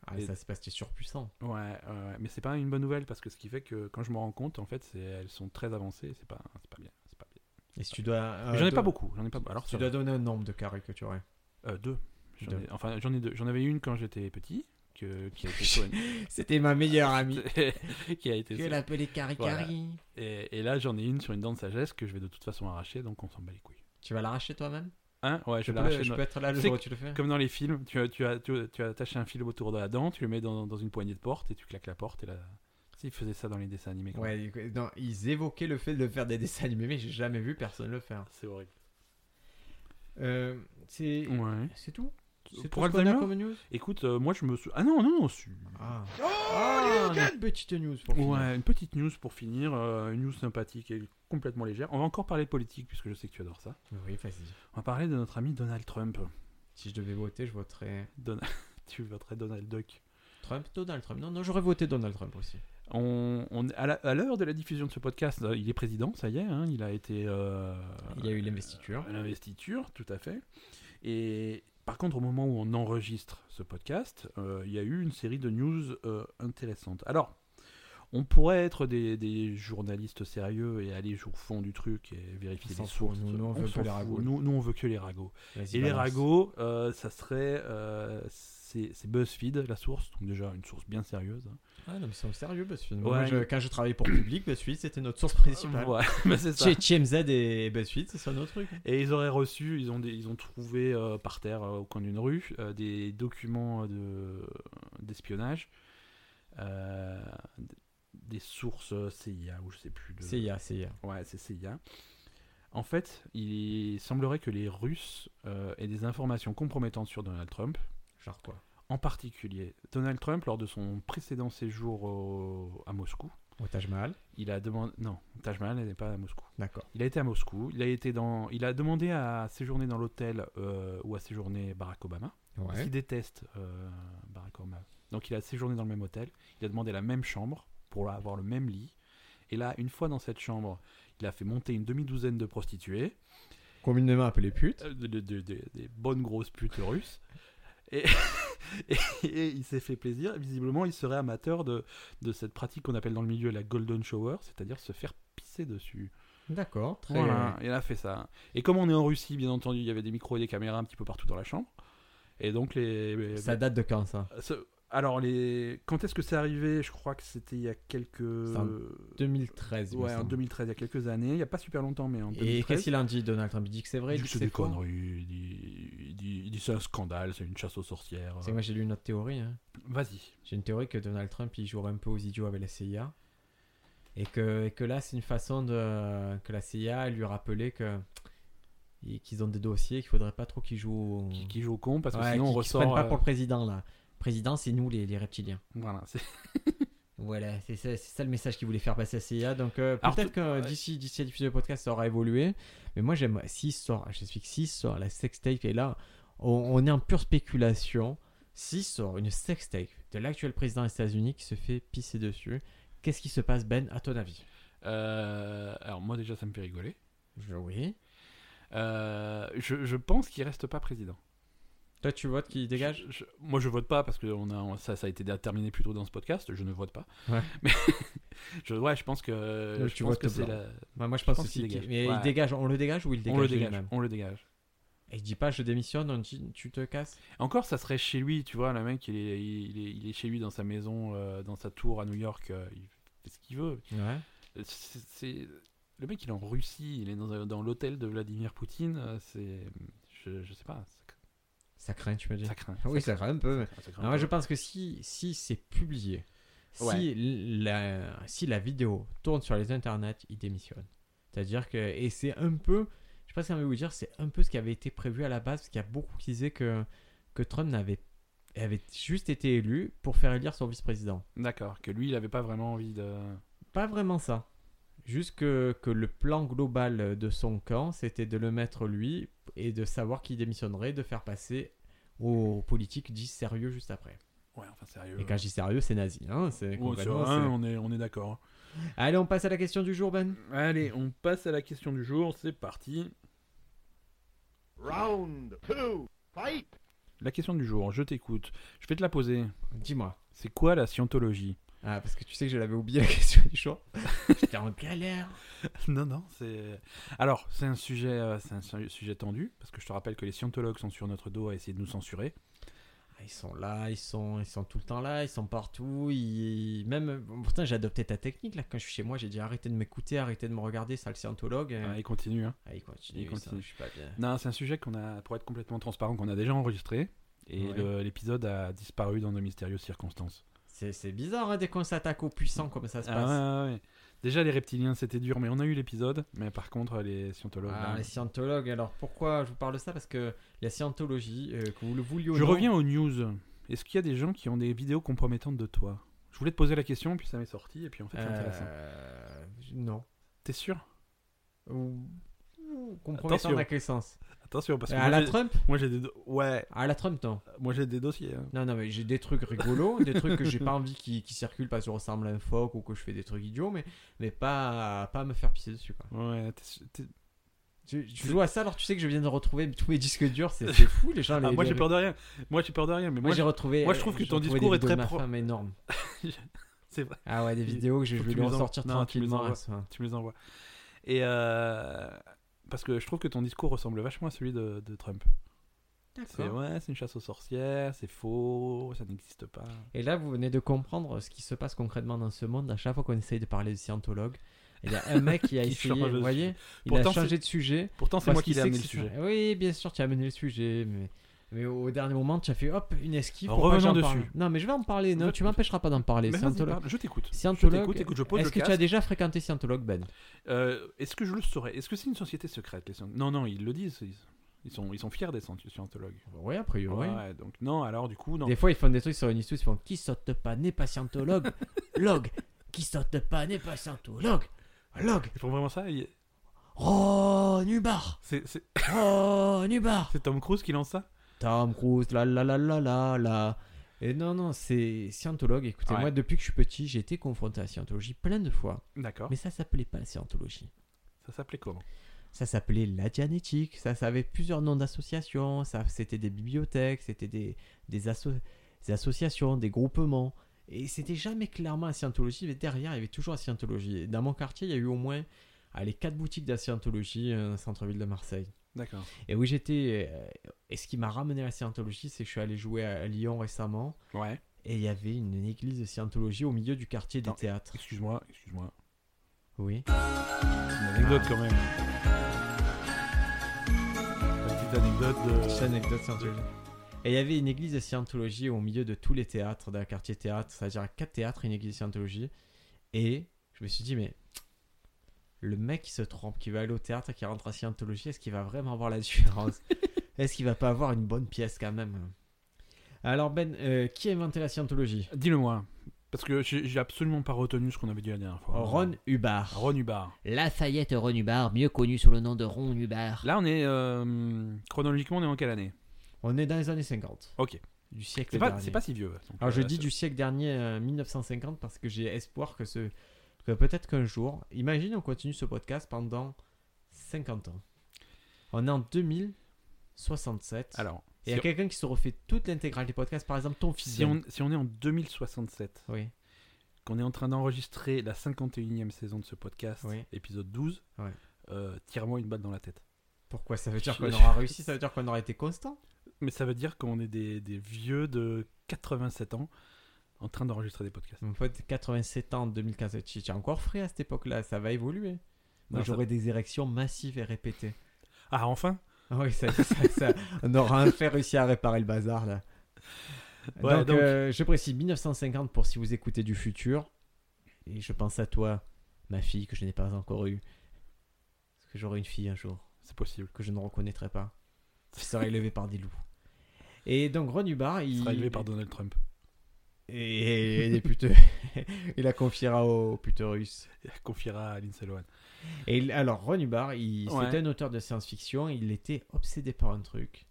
S2: Ah,
S1: Et-
S2: ça, c'est parce que tu es surpuissant.
S1: Ouais, ouais, ouais. mais c'est pas une bonne nouvelle parce que ce qui fait que quand je me rends compte, en fait, c'est- elles sont très avancées. C'est pas, c'est pas bien. c'est Pas bien.
S2: Et si tu dois.
S1: Mais
S2: euh,
S1: j'en ai
S2: do-
S1: pas beaucoup. J'en ai pas. Alors,
S2: Tu
S1: ça
S2: dois
S1: va.
S2: donner un nombre de carrés que tu aurais.
S1: Euh, deux. J'en
S2: Deux.
S1: ai- enfin, j'en ai deux. J'en avais une quand j'étais petit. Que, qui a été soignée.
S2: C'était ma meilleure amie.
S1: qui a été
S2: Je
S1: soignée.
S2: l'appelais Carrie
S1: Ah, Voilà.
S2: Carrie.
S1: Et, et là, j'en ai une sur une dent de sagesse que je vais de toute façon arracher, donc on s'en bat les couilles.
S2: Tu vas l'arracher toi-même
S1: Hein Ouais, je vais
S2: peux-
S1: l'arracher.
S2: je
S1: de-
S2: peux être là le
S1: Tu
S2: jour
S1: sais
S2: où tu le fais
S1: Comme dans les films, tu, as- tu, as, tu, tu as attaché un fil autour de la dent, tu le mets dans, dans une poignée de porte et tu claques la porte. Et là... S'ils faisaient ça dans les dessins animés. quand même.
S2: Ouais, écoute, non, ils évoquaient le fait de faire des dessins animés, mais j'ai jamais vu personne le faire.
S1: C'est horrible.
S2: Euh, c'est...
S1: Ouais.
S2: c'est tout C'est
S1: Pour
S2: tout ce qu'on a
S1: Alzheimer
S2: comme news
S1: Écoute, euh, moi je me suis. Ah non, non, non. su-
S2: Ah, Ah, on a une petite news pour finir.
S1: Ouais, une petite news pour finir. euh, une news sympathique et complètement légère. On va encore parler de politique puisque je sais que tu adores ça.
S2: Oui, vas-y.
S1: On va parler de notre ami Donald Trump.
S2: Si je devais voter, je voterais
S1: Don- tu voterais Donald Duck.
S2: Trump, Donald Trump. Non, non, j'aurais voté Donald Trump aussi.
S1: On, on- à la- à l'heure de la diffusion de ce podcast, euh, il est président, ça y est, hein, il a été. euh,
S2: Il y a eu l'investiture.
S1: à l'investiture, tout à fait. Et par contre, au moment où on enregistre ce podcast, euh, il y a eu une série de news euh, intéressantes. Alors, on pourrait être des, des journalistes sérieux et aller au fond du truc et vérifier
S2: On s'en
S1: les
S2: fout,
S1: sources.
S2: nous, nous, on veut que
S1: s'en
S2: les
S1: fout.
S2: ragots.
S1: Nous, nous, on veut que les ragots.
S2: Vas-y,
S1: Et les
S2: balance.
S1: ragots, euh, ça serait. euh, c'est c'est BuzzFeed, la source, donc déjà une source bien sérieuse. hein.
S2: Ah non, mais ils sont sérieux, BuzzFeed.
S1: Ouais.
S2: Moi, je- quand je travaillais pour Public, BuzzFeed, c'était notre source principale.
S1: Voilà, bah, c'est ça.
S2: Chez TMZ et BuzzFeed, c'est ça notre truc.
S1: Et ils auraient reçu, ils ont, des- ils ont trouvé euh, par terre, euh, au coin d'une rue, euh, des documents de- euh, d'espionnage, euh, d- des sources euh, CIA, ou je sais plus. de-
S2: CIA, CIA.
S1: Ouais, c'est CIA. En fait, il semblerait que les Russes euh, aient des informations compromettantes sur Donald Trump.
S2: Genre quoi
S1: En particulier, Donald Trump, lors de son précédent séjour au- à Moscou,
S2: Au Taj Mahal
S1: il a demandé... Non, Taj Mahal n'est pas à Moscou.
S2: D'accord.
S1: Il a été à Moscou, il a, été dans, il a demandé à séjourner dans l'hôtel euh, où a séjourné Barack Obama, parce
S2: Ouais.
S1: qu'il déteste euh, Barack Obama. Donc il a séjourné dans le même hôtel, il a demandé la même chambre pour avoir le même lit. Et là, une fois dans cette chambre, il a fait monter une demi-douzaine de prostituées,
S2: Communément appelé pute.
S1: euh, de- de- de- de- des bonnes grosses putes russes. Et, et- et il s'est fait plaisir. Visiblement, il serait amateur de, de cette pratique qu'on appelle dans le milieu la golden shower, c'est-à-dire se faire pisser dessus.
S2: D'accord, très
S1: Voilà, il a fait ça. hein. Et comme on est en Russie, bien entendu, il y avait des micros et des caméras un petit peu partout dans la chambre. Et donc les.
S2: Ça date de quand ça
S1: Ce- Alors les. Quand est-ce que c'est arrivé Je crois que c'était il y a quelques.
S2: C'est en 2013. il me
S1: Ouais, en
S2: semble.
S1: 2013, il y a quelques années. Il n'y a pas super longtemps, mais en 2013.
S2: Et qu'est-ce qu'il en dit, Donald Trump Il dit que c'est
S1: il
S2: vrai, il
S1: dit que
S2: dit
S1: c'est
S2: c'est hein.
S1: des
S2: faux.
S1: conneries, il dit, il dit- il dit c'est un scandale, c'est une chasse aux sorcières.
S2: C'est que moi j'ai lu une autre théorie. hein.
S1: Vas-y.
S2: J'ai une théorie que Donald Trump il jouerait un peu aux idiots avec la CIA. Et que, et que là c'est une façon de que la CIA elle lui rappelait que et qu'ils ont des dossiers qu'il faudrait pas trop qu'ils jouent. au-
S1: Qui, qui joue au con, parce que
S2: Ouais,
S1: sinon on
S2: qu'ils- qu'ils se prennent
S1: ressort.
S2: pas
S1: euh,
S2: pour le président là. Le président c'est nous les, les reptiliens.
S1: Voilà, c'est-
S2: Voilà, c'est ça, c'est ça le message qu'il voulait faire passer à CIA. Donc euh,
S1: Alors,
S2: peut-être
S1: tout-
S2: que
S1: ouais.
S2: d'ici d'ici à la diffusion du podcast, ça aura évolué. Mais moi, j'aime si sort, je sais que si sort la sextape et là, on, on est en pure spéculation. Si sort une sextape de l'actuel président des États-Unis qui se fait pisser dessus, qu'est-ce qui se passe, Ben, à ton avis
S1: Euh, Alors moi déjà, ça me fait rigoler.
S2: Je oui.
S1: Euh, je, je pense qu'il reste pas président.
S2: Toi, tu votes qui dégage
S1: Je- je- moi, je vote pas parce que on a, on- ça, ça a été déterminé plus tôt dans ce podcast. Je ne vote pas.
S2: Ouais.
S1: Mais je, ouais, je pense que,
S2: Donc,
S1: je
S2: tu
S1: pense
S2: votes
S1: que c'est
S2: blanc.
S1: la-
S2: Bah, Moi, je pense,
S1: pense
S2: aussi
S1: qu'il
S2: qu'il-
S1: dégage.
S2: Mais il
S1: Ouais.
S2: dégage, on le dégage ou il dégage
S1: on le
S2: lui-même
S1: dégage. On le dégage.
S2: Et il dit pas je démissionne, on dit tu te casses.
S1: Encore, ça serait chez lui, tu vois, le mec, il est, il est, il est chez lui dans sa maison, euh, dans sa tour à New York, euh, il fait ce qu'il veut.
S2: Ouais.
S1: C'est, c'est- Le mec, il est en Russie, il est dans, un- dans l'hôtel de Vladimir Poutine, euh, c'est... Je, je sais pas, ça,
S2: Ça craint, tu me dis.
S1: ça craint. Ah,
S2: Oui, ça craint un peu. mais-
S1: Ça craint
S2: Non,
S1: pas.
S2: moi, je pense que si, si c'est publié,
S1: Ouais.
S2: si, la, si la vidéo tourne sur les internets, il démissionne. C'est-à-dire que. Et c'est un peu. Je sais pas si on va vous dire, c'est un peu ce qui avait été prévu à la base, parce qu'il y a beaucoup qui disaient que, que Trump n'avait avait juste été élu pour faire élire son vice-président.
S1: D'accord, que lui, il avait pas vraiment envie de...
S2: Pas vraiment ça. Juste que, que le plan global de son camp, c'était de le mettre lui et de savoir qui démissionnerait, de faire passer aux politiques dits sérieux juste après.
S1: Ouais, enfin, sérieux.
S2: Et quand je dis sérieux, c'est nazi. Hein, c'est
S1: Ouais, sur
S2: complètement,
S1: un,
S2: c'est-
S1: on est, on est d'accord. hein.
S2: Allez, on passe à la question du jour, Ben.
S1: Allez, on passe à la question du jour, c'est parti.
S3: Round two, fight!
S1: La question du jour, je t'écoute. Je vais te la poser.
S2: Dis-moi.
S1: C'est quoi la scientologie
S2: Ah, parce que tu sais que je l'avais oublié la question du jour. J'étais en galère.
S1: Non, non, c'est. Alors, c'est un sujet, euh, c'est un su- sujet tendu parce que je te rappelle que les scientologues sont sur notre dos à essayer de nous censurer.
S2: Ah, Ils sont là, ils sont, ils sont tout le temps là, ils sont partout. Ils... Même, pourtant, j'ai adopté ta technique là. Quand je suis chez moi, j'ai dit arrêtez de m'écouter, arrêtez de me regarder, sale scientologue. Et-
S1: Ah, ils continuent. hein.
S2: Ah, il continue,
S1: Il
S2: ça,
S1: continue.
S2: je suis pas bien.
S1: Non, c'est un sujet qu'on a, pour être complètement transparent, qu'on a déjà enregistré et
S2: Ouais.
S1: le- l'épisode a disparu dans de mystérieuses circonstances.
S2: C'est c'est bizarre hein, dès qu'on s'attaque aux puissants comme ça se passe.
S1: Ah, ouais, ouais, ouais. Déjà les reptiliens c'était dur, mais on a eu l'épisode. Mais par contre les scientologues.
S2: Ah,
S1: là,
S2: les scientologues, alors pourquoi je vous parle de ça Parce que la scientologie, euh, que vous le vouliez ou
S1: Je
S2: non-
S1: reviens aux news. Est-ce qu'il y a des gens qui ont des vidéos compromettantes de toi Je voulais te poser la question, puis ça m'est sorti, et puis en fait c'est intéressant.
S2: Euh, Non.
S1: T'es sûr
S2: Ou- ou Compromettant
S1: Attention.
S2: dans quel sens
S1: Attention parce que
S2: À
S1: moi,
S2: la
S1: j'ai-
S2: Trump
S1: moi j'ai des do- ouais,
S2: À la Trump, non.
S1: moi j'ai des dossiers. hein.
S2: Non, non, mais j'ai des trucs rigolos, des trucs que j'ai pas envie qui, qui circulent parce que je ressemble à un phoque ou que je fais des trucs idiots, mais, mais pas, pas à me faire pisser dessus. Quoi.
S1: Ouais, t'es- t'es-
S2: Tu, tu joues à ça alors tu sais que je viens de retrouver tous mes disques durs, c'est c'est fou les gens.
S1: Ah,
S2: les-
S1: moi
S2: les-
S1: j'ai peur de rien. Moi j'ai peur de rien, mais
S2: Moi,
S1: moi,
S2: j'ai retrouvé.
S1: moi, je trouve que
S2: j'ai
S1: ton
S2: retrouvé des
S1: discours est
S2: vidéos de
S1: très
S2: ma
S1: pro-
S2: femme énorme.
S1: c'est vrai,
S2: Ah ouais, des
S1: Il-
S2: vidéos que je,
S1: faut
S2: je
S1: que
S2: vais
S1: tu
S2: lui
S1: me les
S2: en
S1: en-
S2: sortir
S1: non, tu me les
S2: tranquillement.
S1: envoies.
S2: à ce moment.
S1: tu me les envoies. Et euh, parce que je trouve que ton discours ressemble vachement à celui de, de Trump. C'est
S2: D'accord.
S1: ouais, c'est une chasse aux sorcières, c'est faux, ça n'existe pas.
S2: Et là, vous venez de comprendre ce qui se passe concrètement dans ce monde. À chaque fois qu'on essaye de parler de scientologue, il y a un mec qui a
S1: Qui
S2: essayé,
S1: change de
S2: vous voyez, il
S1: Pourtant,
S2: a changé de sujet.
S1: Pourtant c'est
S2: parce
S1: moi qui l'ai
S2: qu'il sait que
S1: amené le
S2: c'est
S1: sujet.
S2: ça. Oui, bien sûr, tu as amené le sujet, mais. mais au dernier moment, tu as fait hop, une esquive. pour
S1: Revenons
S2: pas que j'en parle.
S1: dessus.
S2: Non, mais je vais en parler. Non,
S1: Va-
S2: tu m'empêcheras pas d'en parler.
S1: Mais vas-y,
S2: Scientologue.
S1: parle, je t'écoute.
S2: Scientologue.
S1: t'écoute, écoute, je pose
S2: Est-ce
S1: le
S2: que tu as
S1: casque.
S2: déjà fréquenté Scientologue, Ben
S1: Euh, Est-ce que je le saurais Est-ce que c'est une société secrète les scient- Non, non, ils le disent. Ils, ils sont, ils sont fiers des scient- scientologues.
S2: Oui, a priori.
S1: Ouais, donc non, alors du coup, non.
S2: Des fois, ils font des trucs sur une histoire, ils font qui saute pas n'est pas scientologue, log, qui saute pas n'est pas scientologue, log,
S1: Ils font vraiment ça ils-
S2: oh Nubar,
S1: C'est c'est-
S2: oh Nubar,
S1: c'est Tom Cruise qui lance ça
S2: Tom Cruise, la la la la la la. Et non, non, c'est scientologue. Écoutez,
S1: Ouais.
S2: moi, depuis que je suis petit, j'ai été confronté à la scientologie plein de fois,
S1: D'accord.
S2: mais ça s'appelait pas la scientologie.
S1: Ça s'appelait comment
S2: Ça s'appelait la Dianétique, ça, ça avait plusieurs noms d'associations, ça c'était des bibliothèques, c'était des, des, asso- des associations, des groupements. Et c'était jamais clairement la scientologie, mais derrière il y avait toujours la scientologie. Et dans mon quartier, il y a eu au moins les quatre boutiques de la scientologie euh, dans le centre-ville de Marseille.
S1: D'accord.
S2: Et oui, j'étais. euh, et ce qui m'a ramené à la scientologie, c'est que je suis allé jouer à Lyon récemment.
S1: Ouais.
S2: Et il y avait une église de scientologie au milieu du quartier des
S1: Attends.
S2: théâtres.
S1: Excuse-moi, excuse-moi.
S2: Oui.
S1: C'est une anecdote quand même. La petite anecdote
S2: Petite
S1: de.
S2: anecdote scientologie. Et il y avait une église de scientologie au milieu de tous les théâtres, d'un quartier théâtre, c'est-à-dire à quatre théâtres, une église de scientologie. Et je me suis dit, mais le mec qui se trompe, qui va aller au théâtre et qui rentre à scientologie, est-ce qu'il va vraiment voir la différence Est-ce qu'il va pas avoir une bonne pièce quand même Alors Ben, euh, qui a inventé la scientologie
S1: Dis-le-moi. Parce que j'ai j'ai absolument pas retenu ce qu'on avait dit la dernière fois.
S2: Ron Hubbard.
S1: Ron Hubbard.
S4: Lafayette Ron Hubbard, mieux connu sous le nom de Ron Hubbard.
S1: Là, on est. euh, chronologiquement, on est en quelle année
S2: On est dans les années 50,
S1: Ok.
S2: du siècle
S1: C'est pas,
S2: dernier.
S1: c'est pas si vieux. Donc,
S2: Alors je
S1: euh,
S2: dis
S1: c'est-
S2: du siècle dernier euh, 1950 parce que j'ai espoir que ce que peut-être qu'un jour, imagine on continue ce podcast pendant 50 ans. On est en 2067.
S1: Alors,
S2: Et il y a
S1: Si-
S2: quelqu'un qui se refait toute l'intégrale du podcast, par exemple ton fils.
S1: Si
S2: Ben.
S1: on, si on est en 2067,
S2: Oui,
S1: qu'on est en train d'enregistrer la 51e saison de ce podcast,
S2: Oui.
S1: épisode 12,
S2: Ouais.
S1: euh, tire-moi une balle dans la tête.
S2: pourquoi ça veut dire
S1: Je-
S2: qu'on
S1: je-
S2: aura réussi Ça veut dire qu'on aura été constant
S1: Mais ça veut dire qu'on est des, des vieux de 87 ans en train d'enregistrer des podcasts.
S2: Mon pote, 87 ans, 2015, tu tu es encore frais à cette époque-là, ça va évoluer.
S1: Non,
S2: Moi,
S1: ça-
S2: j'aurai des érections massives et répétées.
S1: Ah, enfin
S2: Ah oui, ça, ça- ça- on aura enfin réussi à réparer le bazar là.
S1: Ouais,
S2: donc,
S1: donc-
S2: euh, je précise 1950 pour si vous écoutez du futur. Et je pense à toi, ma fille que je n'ai pas encore eue. Parce que j'aurai une fille un jour
S1: C'est possible.
S2: que je ne reconnaîtrai pas. Qui sera élevée par des loups. Et donc Ron Hubbard,
S1: Il
S2: il,
S1: sera élevé par Donald Trump.
S2: et, et les puteux- il la confiera aux puteux russes.
S1: Et elle confiera à Lindsay Lohan.
S2: Et il- alors, Ron Hubbard, il-
S1: Ouais.
S2: c'était un auteur de science-fiction, il était obsédé par un truc.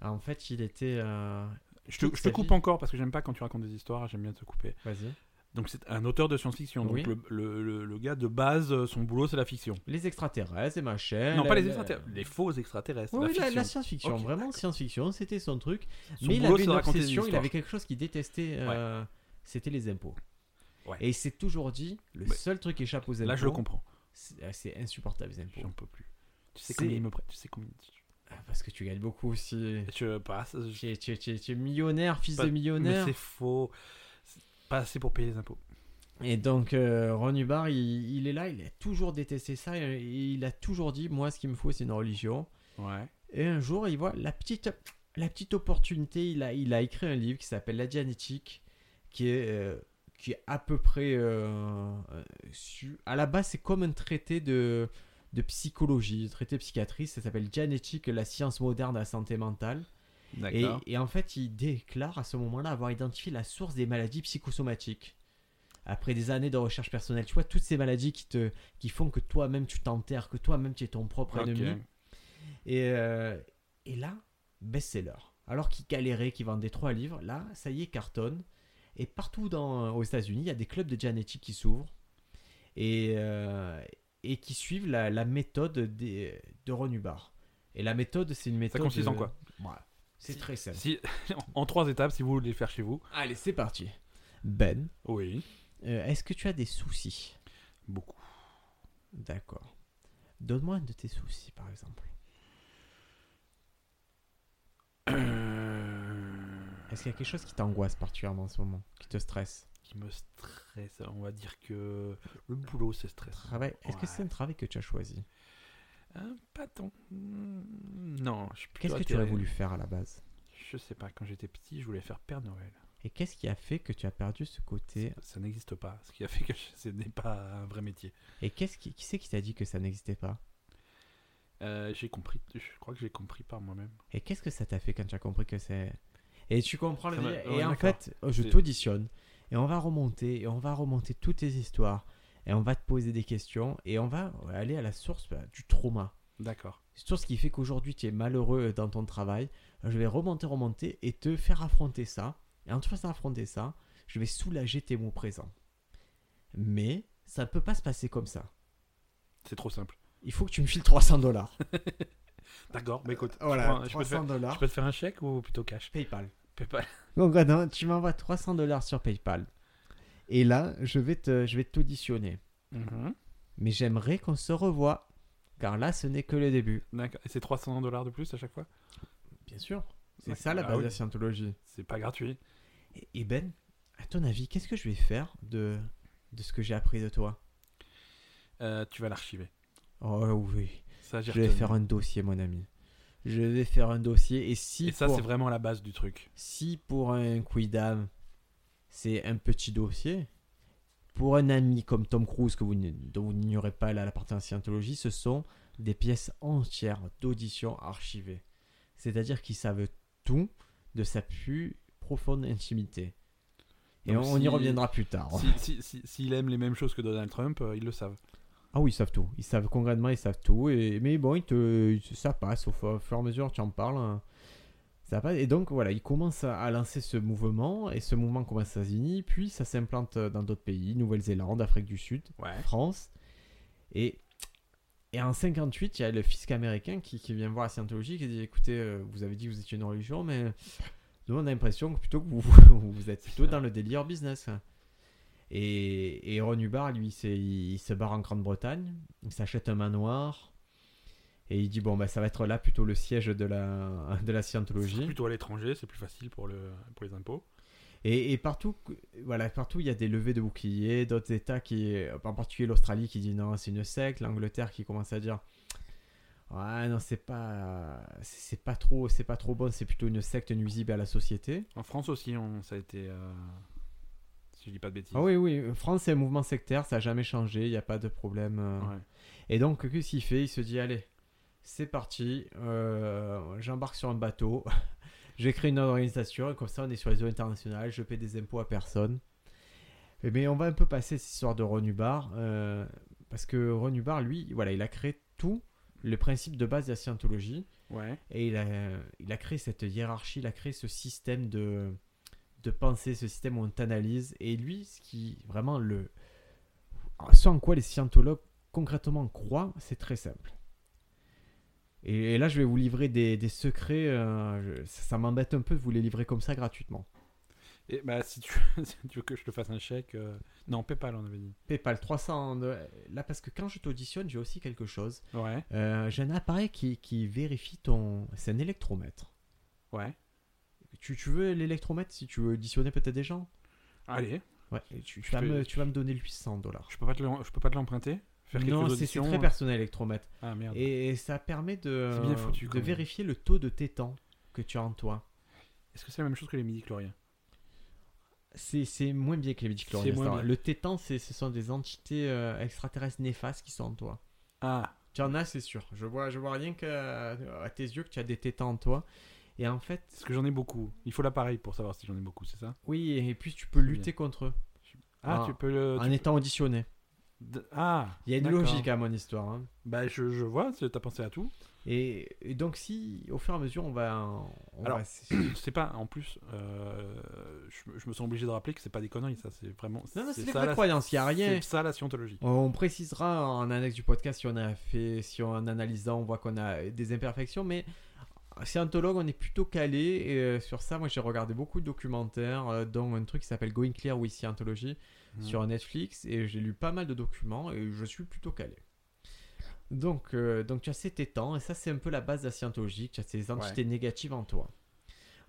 S2: En fait, il était. euh,
S1: Je te,
S2: Toute
S1: je te
S2: sa
S1: coupe
S2: vie.
S1: encore parce que j'aime pas quand tu racontes des histoires, j'aime bien te couper.
S2: Vas-y.
S1: Donc c'est un auteur de science-fiction. Donc
S2: Oui.
S1: le, le- le- le gars de base, euh, son boulot c'est la fiction.
S2: Les extraterrestres et machin.
S1: non,
S2: la-
S1: pas les
S2: la-
S1: extraterrestres, Euh, les faux extraterrestres.
S2: Oui, oui,
S1: la
S2: la, la
S1: fiction.
S2: science-fiction,
S1: Ok,
S2: vraiment science-fiction, c'était son truc.
S1: Son
S2: mais il
S1: boulot,
S2: avait
S1: c'est
S2: une
S1: de raconter des
S2: obsession, il
S1: histoires.
S2: avait quelque chose qu'il détestait, euh, c'était les impôts.
S1: Ouais.
S2: Et il s'est toujours dit, le
S1: Mais-
S2: seul truc qui échappe aux impôts,
S1: Là je le comprends.
S2: c'est euh, c'est insupportable les impôts.
S1: J'en peux plus. Tu sais
S2: C'est-
S1: combien il me prête Tu sais combien
S2: Ah, Parce que tu gagnes beaucoup aussi.
S1: Je passe. je-
S2: Tu es, tu es- tu es- tu es millionnaire, fils
S1: Pas-
S2: de millionnaire.
S1: Mais c'est faux. C'est Pas assez pour payer les impôts.
S2: Et donc, euh, Ron Hubbard, il, il est là, il a toujours détesté ça, et, il a toujours dit, moi, ce qu'il me faut, c'est une religion.
S1: Ouais.
S2: Et un jour, il voit la petite, la petite opportunité, il a, il a écrit un livre qui s'appelle La Dianétique, qui est, euh, qui est à peu près... euh, euh, su- à la base, c'est comme un traité de, de psychologie, un traité de psychiatrie, ça s'appelle Dianétique, la science moderne de la santé mentale. Et,
S1: D'accord.
S2: et en fait, il déclare à ce moment-là avoir identifié la source des maladies psychosomatiques. Après des années de recherche personnelle, tu vois, toutes ces maladies qui, te, qui font que toi-même tu t'enterres, que toi-même tu es ton propre
S1: Ok.
S2: ennemi. Et, euh, et là, best-seller. Alors qu'il galérait, qu'il vendait trois livres, là, ça y est, cartonne. Et partout dans, euh, aux États-Unis, il y a des clubs de génétique qui s'ouvrent et, euh, et qui suivent la, la méthode des, de Ron Hubbard. Et la méthode, c'est une méthode.
S1: consiste en
S2: euh,
S1: quoi
S2: ouais, C'est très simple.
S1: Si- en trois étapes, si vous voulez le faire chez vous.
S2: Allez, c'est parti. Ben,
S1: Oui.
S2: euh, est-ce que tu as des soucis
S1: Beaucoup.
S2: D'accord. Donne-moi un de tes soucis, par exemple.
S1: Euh,
S2: Est-ce qu'il y a quelque chose qui t'angoisse particulièrement en ce moment Qui te stresse
S1: Qui me stresse. On va dire que le boulot, c'est stress.
S2: Travail. Est-ce que
S1: Ouais.
S2: c'est un travail que tu as choisi
S1: Hein, pas tant. Hmm, Non, je suis plutôt
S2: Qu'est-ce que tu as
S1: attiré-
S2: voulu faire à la base
S1: Je sais pas. Quand j'étais petit, je voulais faire Père Noël.
S2: Et qu'est-ce qui a fait que tu as perdu ce côté
S1: Ça n'existe pas. Ce qui a fait que je- ce n'est pas un vrai métier.
S2: Et qu'est-ce qui, qui c'est qui t'a dit que ça n'existait pas
S1: Euh, j'ai compris. Je crois que j'ai compris par moi-même.
S2: Et qu'est-ce que ça t'a fait quand tu as compris que c'est Et tu comprends le
S1: Ça m'a-
S2: délire.
S1: ouais,
S2: Et en
S1: d'accord.
S2: fait, oh, je
S1: C'est-
S2: t'auditionne et on va remonter et on va remonter toutes tes histoires et on va te poser des questions et on va aller à la source bah, du trauma.
S1: D'accord.
S2: C'est tout ce qui fait qu'aujourd'hui tu es malheureux dans ton travail. Je vais remonter, remonter et te faire affronter ça. Et en te faisant affronter ça, je vais soulager tes mots présents. Mais ça ne peut pas se passer comme ça.
S1: C'est trop simple.
S2: Il faut que tu me files 300 dollars.
S1: D'accord. Mais écoute, Euh, je prends-
S2: Voilà,
S1: je, peux te
S2: 300
S1: faire, je
S2: dollars.
S1: peux te faire un chèque ou plutôt cash
S2: PayPal.
S1: PayPal.
S2: Donc non, tu m'envoies 300 dollars sur PayPal. Et là, je vais te, je vais t'auditionner. Mhm. Mais j'aimerais qu'on se revoie, car là, ce n'est que le début.
S1: D'accord. Et c'est 300 dollars de plus à chaque fois
S2: Bien sûr. C'est
S1: D'accord.
S2: ça la
S1: Ah
S2: base de
S1: oui.
S2: la scientologie.
S1: C'est pas gratuit.
S2: Et, et Ben, à ton avis, qu'est-ce que je vais faire de, de ce que j'ai appris de toi
S1: Euh, tu vas l'archiver.
S2: Oh oui,
S1: Ça, j'ai
S2: je vais
S1: retenu.
S2: faire un dossier, mon ami. Je vais faire un dossier. Et si
S1: Et ça,
S2: pour-
S1: c'est vraiment la base du truc.
S2: Si pour un quidam, c'est un petit dossier, pour un ami comme Tom Cruise, que vous, n- dont vous n'ignorez pas la, la partie en scientologie, ce sont des pièces entières d'audition archivées. C'est-à-dire qu'ils savent tout de sa plus profonde intimité. Et
S1: Donc
S2: on, on y
S1: si-
S2: reviendra plus tard.
S1: S'il si, si, s'il aime les mêmes choses que Donald Trump, euh, ils le savent.
S2: Ah oui, ils savent tout. Ils savent concrètement, ils savent tout. Et, mais bon, ils te, ils- ça passe. Au fu- au fur et à mesure, tu en parles. hein. Ça passe. Et donc, voilà, ils commencent à, à lancer ce mouvement. Et ce mouvement commence aux États-Unis. Puis, ça s'implante dans d'autres pays Nouvelle-Zélande, Afrique du Sud,
S1: Ouais.
S2: France. Et Et en 58, il y a le fisc américain qui, qui vient voir la scientologie qui dit écoutez, euh, vous avez dit que vous étiez une religion, mais euh, nous on a l'impression que plutôt que vous, vous êtes plutôt dans le délire business. Et, et Ron Hubbard, lui, c'est- il, il se barre en Grande-Bretagne, il s'achète un manoir, et il dit bon, bah, ça va être là plutôt le siège de la, de la scientologie.
S1: Plutôt à l'étranger, c'est plus facile pour, le, pour les impôts.
S2: Et, et partout, voilà, partout, il y a des levées de boucliers, d'autres États qui, en particulier l'Australie qui dit non, c'est une secte, l'Angleterre qui commence à dire ouais, non, c'est pas, c'est pas trop, c'est pas trop bon, c'est plutôt une secte nuisible à la société.
S1: En France aussi, on, ça a été. euh, si je dis pas de bêtises.
S2: Ah oui, oui, France c'est un mouvement sectaire, ça a jamais changé, il n'y a pas de problème. euh.
S1: Ouais.
S2: Et donc, qu'est-ce qu'il fait Il se dit allez, c'est parti, euh, j'embarque sur un bateau, j'ai créé une organisation, et comme ça on est sur les eaux internationales, je paie des impôts à personne. Eh bien, on va un peu passer cette histoire de Ron Hubbard, euh, parce que Ron Hubbard, lui, voilà, il a créé tout le principe de base de la scientologie,
S1: Ouais.
S2: et il a, il a créé cette hiérarchie, il a créé ce système de, de pensée, ce système où on t'analyse, et lui, ce qui vraiment le... Ce en quoi les scientologues concrètement croient, c'est très simple. Et, et là, je vais vous livrer des, des secrets. euh, je- ça ça m'embête un peu de vous les livrer comme ça gratuitement.
S1: Et bah, si tu, si tu veux que je te fasse un chèque. euh, Non, PayPal, on avait dit.
S2: PayPal 300. de- Là, parce que quand je t'auditionne, j'ai aussi quelque chose.
S1: Ouais.
S2: Euh, j'ai un appareil qui, qui vérifie ton. C'est un électromètre.
S1: Ouais.
S2: Tu, tu veux l'électromètre si tu veux auditionner peut-être des gens Ah.
S1: Allez,
S2: Ouais, et tu, tu
S1: Je
S2: vas
S1: peux-
S2: me, tu vas me donner 800 dollars.
S1: je peux pas te l'em- je peux pas te l'emprunter Faire quelques
S2: Non, c'est- c'est
S1: auditions euh,
S2: très personnel, électromètre.
S1: Ah merde.
S2: Et, et ça permet de,
S1: C'est bien foutu, quand
S2: de
S1: même.
S2: vérifier le taux de tétan que tu as en toi.
S1: Est-ce que c'est la même chose que les midi-chloriens
S2: C'est c'est moins bien que les
S1: C'est
S2: midichloriens.
S1: moins bien.
S2: Le tétan, c'est- ce sont des entités euh, extraterrestres néfastes qui sont en toi.
S1: Ah,
S2: Tu en as, c'est sûr. Je vois, je vois rien que euh, à tes yeux que tu as des tétans en toi. Et en fait,
S1: parce que j'en ai beaucoup. Il faut l'appareil pour savoir si j'en ai beaucoup, c'est ça
S2: oui, et puis tu peux
S1: bien.
S2: lutter contre eux
S1: Ah,
S2: Ah,
S1: tu peux le.
S2: en étant auditionné.
S1: D- Ah
S2: Il y a une
S1: d'accord.
S2: logique à mon histoire. hein.
S1: Bah, je, je vois, c'est- t'as pensé à tout.
S2: Et, et donc, si au fur et à mesure, on va. on
S1: Alors,
S2: va s-
S1: c'est pas, en plus, euh, je, je me sens obligé de rappeler que c'est pas des conneries, ça, c'est vraiment.
S2: Non, non, c'est des
S1: ça
S2: vraies
S1: la-
S2: croyances, il n'y a rien.
S1: C'est ça la scientologie.
S2: On précisera en annexe du podcast si on a fait, si on- en analysant, on voit qu'on a des imperfections, mais scientologue, on est plutôt calé et, euh, sur ça. Moi, j'ai regardé beaucoup de documentaires, euh, dont un truc qui s'appelle Going Clear with Scientology
S1: Mm.
S2: sur Netflix, et j'ai lu pas mal de documents et je suis plutôt calé. Donc, euh, donc tu as ces tétans, et ça, c'est un peu la base de la scientologie, tu as ces entités négatives en toi.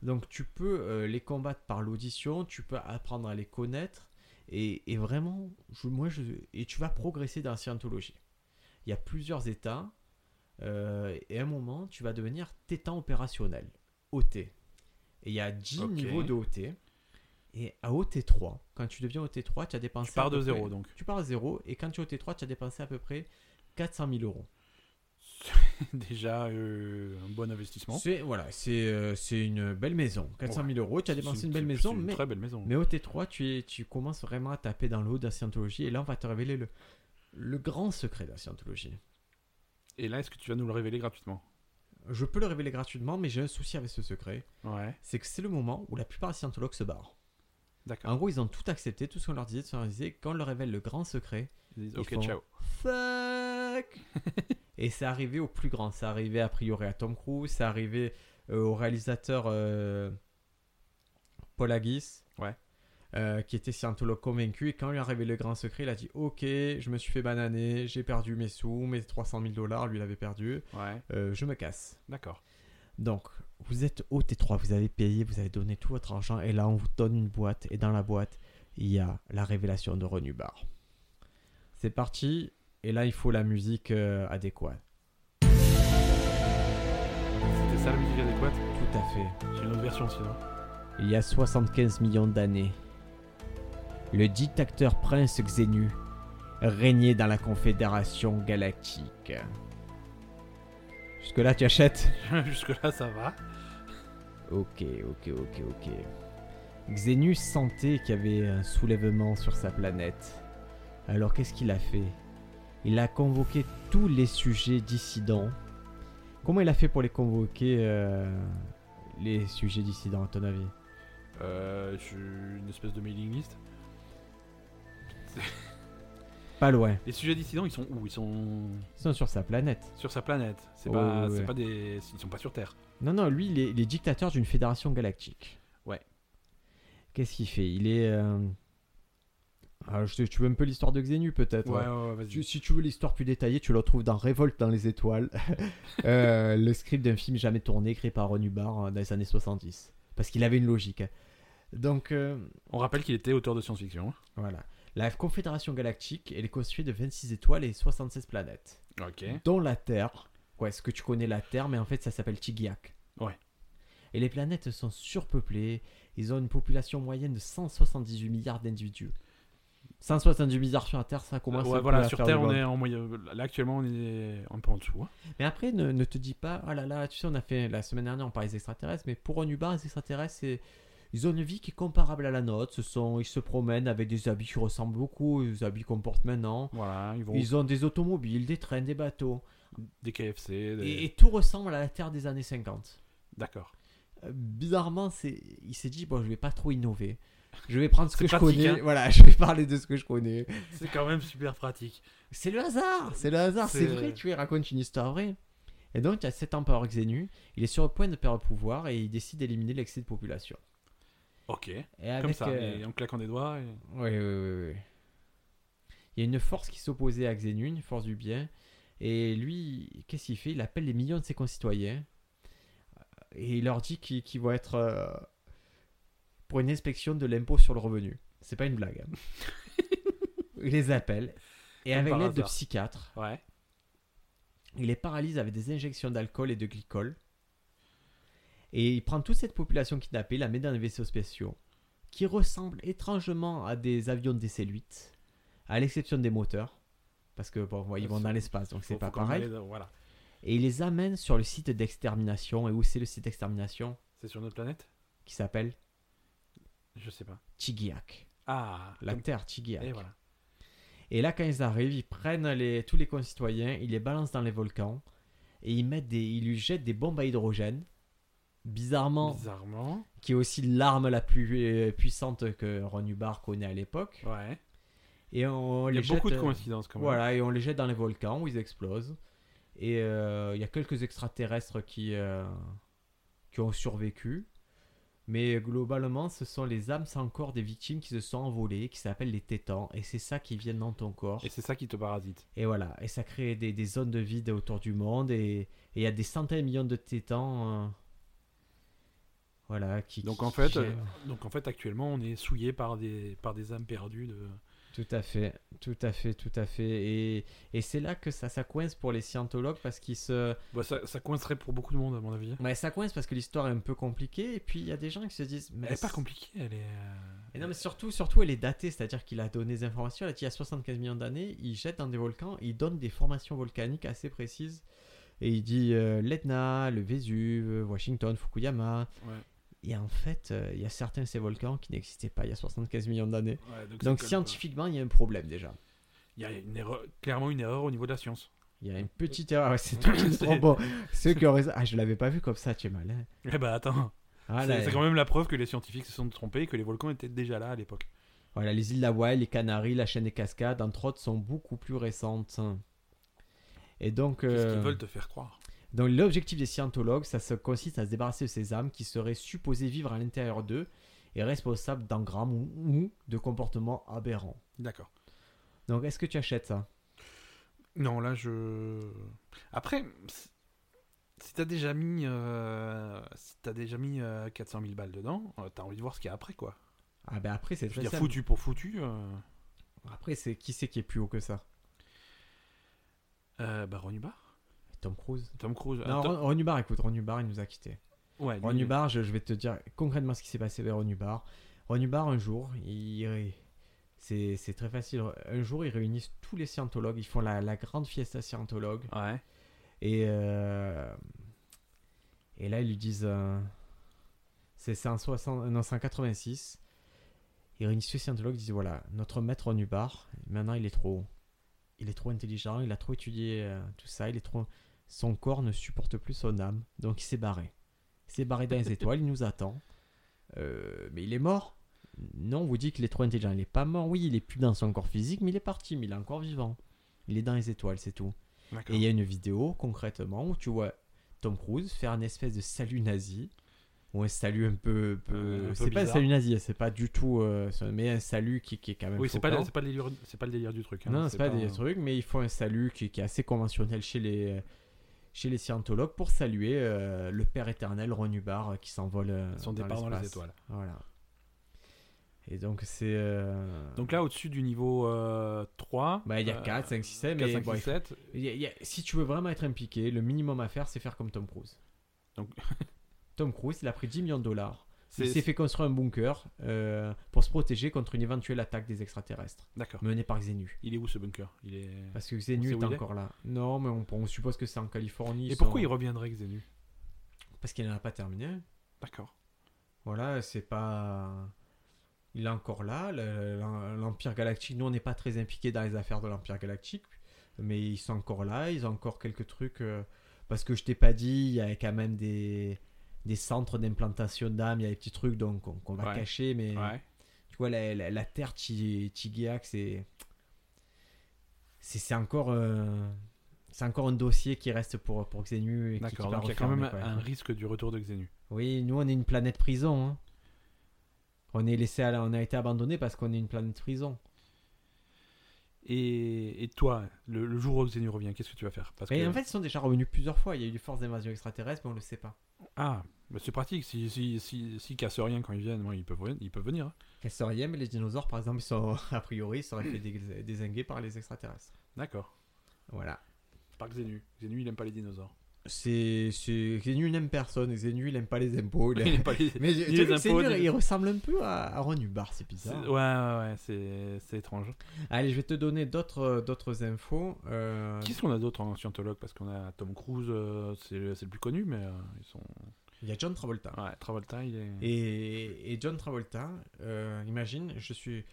S2: Donc, tu peux euh, les combattre par l'audition, tu peux apprendre à les connaître. Et, et vraiment, je- moi, je, et tu vas progresser dans la scientologie. Il y a plusieurs états, euh, et à un moment, tu vas devenir tétan opérationnel, OT. Et il y a 10
S1: Ok.
S2: niveaux de OT. Et à OT3, quand tu deviens OT3, tu as dépensé.
S1: Tu pars
S2: à peu
S1: de zéro
S2: près-
S1: donc.
S2: Tu pars de zéro, et quand tu es OT3, tu as dépensé à peu près 400 000 euros.
S1: Déjà euh, un bon investissement.
S2: C'est voilà, c'est euh, c'est une belle maison. 400 000 euros, tu as dépensé
S1: C'est
S2: une belle
S1: c'est-
S2: maison,
S1: c'est une
S2: mais
S1: très belle maison.
S2: Mais au T3, tu, es- tu commences vraiment à taper dans le haut de la scientologie et là, on va te révéler le, le grand secret de la scientologie.
S1: Et là, est-ce que tu vas nous le révéler gratuitement
S2: Je peux le révéler gratuitement, mais j'ai un souci avec ce secret.
S1: Ouais,
S2: C'est que c'est le moment où la plupart des scientologues se barrent. En
S1: d'accord.
S2: gros, ils ont tout accepté, tout ce qu'on leur disait, tout ce qu'on leur disait. Quand on leur révèle le grand secret,
S1: Ils disent,
S2: ils
S1: Ok,
S2: font-
S1: ciao.
S2: fuck Et c'est arrivé au plus grand. C'est arrivé a priori à Tom Cruise, c'est arrivé euh, au réalisateur euh, Paul Haggis.
S1: Ouais.
S2: euh, qui était scientologue convaincu et quand lui a révélé le grand secret, il a dit Ok, je me suis fait bananer, j'ai perdu mes sous, mes 300 000 dollars, lui il avait perdu,
S1: Ouais,
S2: euh, je me casse.
S1: d'accord.
S2: Donc, vous êtes au T3, vous avez payé, vous avez donné tout votre argent et là on vous donne une boîte et dans la boîte, il y a la révélation de Ron Hubbard. C'est parti et là il faut la musique euh, adéquate.
S1: C'était ça la musique adéquate
S2: Tout à fait.
S1: J'ai une autre version sinon.
S2: Il y a 75 millions d'années, le dictateur prince Xenu régnait dans la Confédération galactique. Jusque-là, tu achètes
S1: Jusque-là, ça va.
S2: Ok, ok, ok, ok. Xenus sentait qu'il y avait un soulèvement sur sa planète. Alors qu'est-ce qu'il a fait Il a convoqué tous les sujets dissidents. Comment il a fait pour les convoquer, euh, les sujets dissidents, à ton avis
S1: Euh, je suis une espèce de mailing list.
S2: Pas loin.
S1: Les sujets dissidents, ils sont où Ils sont
S2: Ils sont sur sa planète.
S1: sur sa planète. C'est
S2: Ouais,
S1: pas,
S2: ouais,
S1: c'est
S2: ouais.
S1: pas des, ils sont pas sur Terre.
S2: Non, non, lui, il est, il est dictateur d'une fédération galactique.
S1: Ouais.
S2: Qu'est-ce qu'il fait Il est. euh, ah, je sais- tu veux un peu l'histoire de Xenu, peut-être hein
S1: vas-y.
S2: Tu- Si tu veux l'histoire plus détaillée, tu la retrouves dans Révolte dans les étoiles, Euh, le script d'un film jamais tourné créé par Ron Hubbard euh, dans les années 70. Parce qu'il avait une logique. hein. Donc, euh,
S1: On rappelle qu'il était auteur de science-fiction. hein.
S2: voilà. La Confédération Galactique, elle est constituée de 26 étoiles et 76 planètes
S1: Ok.
S2: dont la Terre. Ouais, est-ce que tu connais la Terre Mais en fait, ça s'appelle Tigiak.
S1: Ouais.
S2: Et les planètes sont surpeuplées. Ils ont une population moyenne de 178 milliards d'individus. 178 milliards sur la Terre, ça commence
S1: Ouais,
S2: un peu
S1: voilà,
S2: à
S1: sur
S2: faire
S1: Terre,
S2: du
S1: on
S2: monde.
S1: est en moyenne. Là, actuellement, on est un peu en dessous. hein.
S2: Mais après, ne, ne te dis pas, oh là là, tu sais, on a fait la semaine dernière, on parlait des extraterrestres, mais pour Onubar, les extraterrestres, c'est- Ils ont une vie qui est comparable à la nôtre. Ce sont, ils se promènent avec des habits qui ressemblent beaucoup aux habits qu'on porte maintenant.
S1: Voilà, ils vont
S2: Ils ont des automobiles, des trains, des bateaux.
S1: des KFC. des-
S2: Et- et tout ressemble à la Terre des années 50.
S1: D'accord.
S2: Euh, bizarrement, c'est, il s'est dit bon, je vais pas trop innover. Je vais prendre ce
S1: C'est
S2: que je
S1: pratique,
S2: connais.
S1: hein.
S2: Voilà, je vais parler de ce que je connais.
S1: C'est quand même super pratique.
S2: C'est le hasard, c'est le hasard, c'est,
S1: C'est-
S2: vrai. Tu lui racontes une histoire vraie. Et donc, il y a cet empereur Xenu. Il est sur le point de perdre le pouvoir et il décide d'éliminer l'excès de population.
S1: Ok,
S2: Et
S1: comme
S2: avec,
S1: ça,
S2: euh,
S1: et en claquant des doigts. et-
S2: Oui, oui, oui, oui. Il y a une force qui s'opposait à Xenu, une force du bien. Et lui, qu'est-ce qu'il fait Il appelle les millions de ses concitoyens. Et il leur dit qu'ils qu'ils vont être euh, pour une inspection de l'impôt sur le revenu. C'est pas une blague. hein. il les appelle. Et
S1: Comme
S2: avec
S1: par
S2: l'aide de
S1: hasard.
S2: psychiatres,
S1: Ouais.
S2: il les paralyse avec des injections d'alcool et de glycol. Et il prend toute cette population kidnappée, la met dans des vaisseaux spéciaux, qui ressemblent étrangement à des avions DC-8, à l'exception des moteurs, parce que bon, ouais, ils vont dans l'espace, donc c'est
S1: Faut-
S2: pas
S1: faut qu'on
S2: pareil.
S1: aille dans- Voilà.
S2: Et il les amène sur le site d'extermination. Et où c'est le site d'extermination
S1: C'est sur notre planète
S2: Qui s'appelle
S1: Je sais pas.
S2: Tigiak.
S1: Ah,
S2: La
S1: comme-
S2: Terre, Tigiak.
S1: Et voilà.
S2: Et là, quand ils arrivent, ils prennent les- tous les concitoyens, ils les balancent dans les volcans et ils, mettent des, ils lui jettent des bombes à hydrogène. Bizarrement,
S1: Bizarrement.
S2: qui est aussi l'arme la plus euh, puissante que Ron Hubbard connaît à l'époque.
S1: Ouais.
S2: Et on,
S1: Il y
S2: les
S1: a beaucoup
S2: jette,
S1: de
S2: euh,
S1: coïncidences quand même.
S2: Voilà, et on les jette dans les volcans où ils explosent. Et euh, il y a quelques extraterrestres qui, euh, qui ont survécu. Mais globalement, ce sont les âmes sans corps des victimes qui se sont envolées, qui s'appellent les tétans. Et c'est ça qui vient dans ton corps.
S1: Et c'est ça qui te parasite.
S2: Et voilà, et ça crée des, des zones de vide autour du monde, et et il y a des centaines de millions de tétans. euh, voilà, qui.
S1: Donc
S2: qui-
S1: en fait,
S2: qui-
S1: euh, donc en fait, actuellement, on est souillé par des par des âmes perdues de.
S2: Tout à fait, tout à fait, tout à fait. Et, et c'est là que ça, ça coince pour les scientologues, parce qu'ils se.
S1: Bah, ça, ça coincerait pour beaucoup de monde à mon avis.
S2: Ouais, ça coince parce que l'histoire est un peu compliquée, et puis il y a des gens qui se disent. Mais
S1: Elle est pas
S2: c'est-
S1: compliquée, elle est. euh,
S2: Et non, mais surtout, surtout, elle est datée, c'est-à-dire qu'il a donné des informations, elle a dit il y a 75 millions d'années, il jette dans des volcans, il donne des formations volcaniques assez précises. Et il dit euh, l'Etna, le Vésuve, Washington, Fukuyama.
S1: Ouais.
S2: Et en fait, euh, il y a certains de ces volcans qui n'existaient pas il y a 75 millions d'années.
S1: ouais, donc ça colle
S2: Donc
S1: pas.
S2: scientifiquement, il y a un problème déjà.
S1: Il y a une erreur, clairement une erreur au niveau de la science.
S2: Il
S1: Mm.
S2: y a une petite erreur. Ouais, c'est tout trop bon. Ceux qui ont raison- Ah, je l'avais pas vu comme ça, tu es mal. hein.
S1: Eh bah attends.
S2: Ah, là,
S1: c'est c'est quand même la preuve que les scientifiques se sont trompés et que les volcans étaient déjà là à l'époque.
S2: Voilà, les îles d'Hawaï, les Canaries, la chaîne des cascades, entre autres, sont beaucoup plus récentes. Et donc,
S1: Qu'est-ce qu'ils
S2: euh,
S1: veulent te faire croire
S2: donc l'objectif des scientologues, ça se consiste à se débarrasser de ces âmes qui seraient supposées vivre à l'intérieur d'eux et responsables d'engrammes ou, ou de comportements aberrants.
S1: D'accord.
S2: Donc, est-ce que tu achètes ça
S1: Non, là, je. Après, si- si t'as déjà mis, euh, si t'as déjà mis euh, 400 000 balles dedans, euh, t'as envie de voir ce qu'il y a après, quoi.
S2: Ah ben après, c'est
S1: Je veux
S2: très
S1: dire,
S2: simple.
S1: foutu pour foutu. Euh...
S2: Après, c'est qui c'est qui est plus haut que ça
S1: Euh, bah, Ron Hubbard
S2: Tom Cruise
S1: Tom Cruise
S2: Non,
S1: euh, Tom-
S2: Ron, Ron Hubbard, écoute, Ron Hubbard, il nous a quittés.
S1: Ouais, lui,
S2: Ron Hubbard, je, je vais te dire concrètement ce qui s'est passé avec Ron Hubbard. Ron Hubbard, un jour, il- c'est c'est très facile. Un jour, ils réunissent tous les scientologues. Ils font la, la grande fiesta scientologue.
S1: Ouais.
S2: Et, euh, et là, ils lui disent. euh, c'est c'est en, 60 non, c'est en 86. Ils réunissent tous les scientologues. Ils disent voilà, notre maître Ron Hubbard, maintenant, il est trop haut. Il est trop intelligent. Il a trop étudié euh, tout ça. Il est trop. Son corps ne supporte plus son âme. Donc, il s'est barré. Il s'est barré dans les étoiles. Il nous attend. Euh, mais il est mort. Non, on vous dit qu'il est trop intelligent. Il est pas mort, oui, il est plus dans son corps physique, mais il est parti, mais il est encore vivant. Il est dans les étoiles, c'est tout. Et
S1: D'accord.
S2: il y a une vidéo, concrètement, où tu vois Tom Cruise faire une espèce de salut nazi. Ou un salut un peu. peu-
S1: Euh, un peu
S2: c'est pas un
S1: bizarre.
S2: salut nazi, c'est pas du tout. euh, ça- mais un salut qui, qui est quand même.
S1: Oui, c'est pas,
S2: choquant.
S1: le- c'est pas le délire, c'est pas le délire du truc. hein.
S2: Non, c'est pas, des trucs, mais ils font un salut qui, qui est assez conventionnel chez les, chez les scientologues pour saluer euh, le Père éternel Ron Hubbard euh, qui s'envole. euh,
S1: Son départ dans les
S2: l'espace.
S1: étoiles.
S2: Voilà. Et donc c'est. euh,
S1: Donc là, au-dessus du niveau euh, 3.
S2: bah, il y a
S1: euh,
S2: 4, 5, 6, 7,
S1: 4,
S2: mais
S1: 5,
S2: bon,
S1: 6, 7.
S2: il y a- il y a- si tu veux vraiment être impliqué, le minimum à faire, c'est faire comme Tom Cruise.
S1: Donc-
S2: Tom Cruise, il a pris 10 millions de dollars. Il s'est
S1: C'est...
S2: fait construire un bunker euh, pour se protéger contre une éventuelle attaque des extraterrestres,
S1: D'accord.
S2: menée par Xenu.
S1: Il est où ce bunker Il est.
S2: Parce que
S1: On
S2: Xenu
S1: sait
S2: est,
S1: où il est
S2: encore là. Non, mais on, on suppose que c'est en Californie.
S1: Et
S2: ils
S1: pourquoi
S2: sont-
S1: il reviendrait Xenu
S2: Parce qu'il n'en a pas terminé.
S1: D'accord.
S2: Voilà, c'est pas. Il est encore là. le- l'en- L'Empire Galactique, nous, on n'est pas très impliqués dans les affaires de l'Empire Galactique. Mais ils sont encore là. Ils ont encore quelques trucs. euh, Parce que je t'ai pas dit, il y a quand même des, des centres d'implantation d'âme. Il y a des petits trucs donc, qu'on qu'on va
S1: Ouais.
S2: cacher. Mais
S1: Ouais.
S2: tu vois, la, la, la terre Ti- Tigiak, c'est. C'est c'est encore. euh, C'est encore un dossier qui reste pour, pour Xenu. et qui- qui
S1: D'accord.
S2: va
S1: Donc il y a quand même
S2: refermer, quoi.
S1: un risque du retour de Xenu.
S2: Oui, nous, on est une planète prison. hein. On, est laissé à la- on a été abandonné parce qu'on est une planète prison.
S1: Et, et toi, le, le jour où Xenu revient, qu'est-ce que tu vas faire Parce
S2: Mais
S1: que-
S2: en fait, ils sont déjà revenus plusieurs fois. Il y a eu des forces d'invasion extraterrestre, mais on le sait pas.
S1: Ah, bah c'est pratique. S'ils si, si, si, cassent rien quand ils viennent, ouais, ils, peuvent, ven- ils peuvent venir. hein.
S2: Castoriem et les dinosaures, par exemple, ils sont, a priori, ils seraient fait dé- désinguer par les extraterrestres.
S1: D'accord.
S2: Voilà.
S1: Par Xenu. Xenu, il aime pas les dinosaures.
S2: C'est. c'est- Xenu, il n'aime personne. Xenu, il n'aime pas les impôts. il aime-
S1: Il aime pas les.
S2: Mais tu
S1: les
S2: sais que
S1: impôts,
S2: Xenu,
S1: ni les-
S2: il ressemble un peu à, à Ron Hubbard, c'est
S1: C'est-
S2: bizarre.
S1: Ouais, ouais, ouais, c'est c'est étrange.
S2: Allez, je vais te donner d'autres d'autres infos. euh,
S1: Qui est-ce qu'on a d'autre en scientologue Parce qu'on a Tom Cruise, euh, c'est le, c'est le plus connu, mais euh, ils sont.
S2: Il y a John Travolta.
S1: Ouais, Travolta, il est.
S2: Et, et John Travolta, euh, imagine, je suis,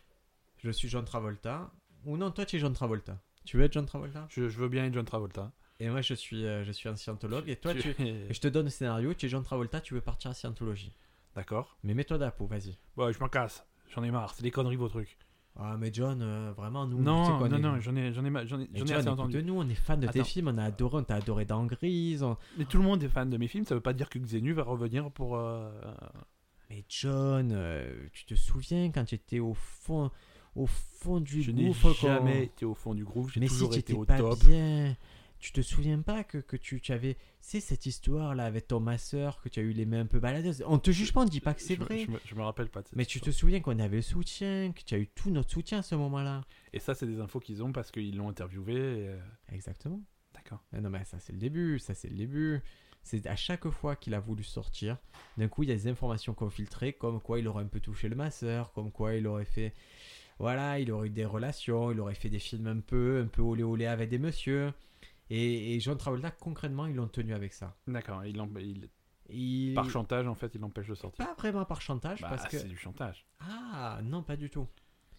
S2: je suis John Travolta. Ou non, toi tu es John Travolta. Tu veux être John Travolta
S1: Je, je veux bien être John Travolta.
S2: Et moi je suis, euh, je suis un scientologue. Et toi, tu,
S1: es...
S2: je te donne le scénario, tu es John Travolta, tu veux partir à Scientologie.
S1: D'accord.
S2: Mais mets-toi dans la peau, vas-y.
S1: Bon, je m'en casse. J'en ai marre. C'est des conneries vos trucs.
S2: Ah mais John, euh, vraiment nous. tu sais
S1: non,
S2: qu'on
S1: non,
S2: est-
S1: non, j'en ai, j'en ai, ma- j'en ai,
S2: Mais
S1: j'en ai
S2: John,
S1: assez entendu.
S2: écoute-nous, on est fan de tes
S1: Attends.
S2: films, on a adoré, on t'a adoré dans Grise. on-
S1: Mais tout le monde est fan de mes films, ça veut pas dire que Xenu va revenir pour. euh,
S2: Mais John, euh, tu te souviens quand tu étais au fond, au fond du
S1: Je n'ai
S2: gouffre quand-
S1: jamais été au fond du groove, j'ai
S2: Mais si
S1: toujours
S2: tu
S1: été
S2: étais
S1: au
S2: pas
S1: top.
S2: bien, tu te souviens pas que, que tu, tu avais, c'est cette histoire là avec ton masseur, que tu as eu les mains un peu baladeuses. On te juge pas, on dit pas que c'est
S1: Je me-
S2: vrai.
S1: Je me, je me rappelle pas de cette
S2: Mais tu te
S1: histoire.
S2: souviens qu'on avait le soutien, que tu as eu tout notre soutien à ce moment-là.
S1: Et ça, c'est des infos qu'ils ont parce qu'ils l'ont interviewé. et, euh,
S2: Exactement.
S1: D'accord.
S2: Ah Non mais ça c'est le début, ça c'est le début. C'est à chaque fois qu'il a voulu sortir, d'un coup il y a des informations qu'on filtrait, comme quoi il aurait un peu touché le masseur, comme quoi il aurait fait, voilà, il aurait eu des relations, il aurait fait des films un peu, un peu olé olé avec des messieurs. Et, et John Travolta concrètement ils l'ont tenu avec ça.
S1: D'accord. ils l'ont- ils-
S2: Il...
S1: Par chantage, en fait, ils l'empêchent de sortir.
S2: Pas vraiment par chantage,
S1: Bah,
S2: parce que...
S1: c'est du chantage.
S2: Ah, non, pas du tout.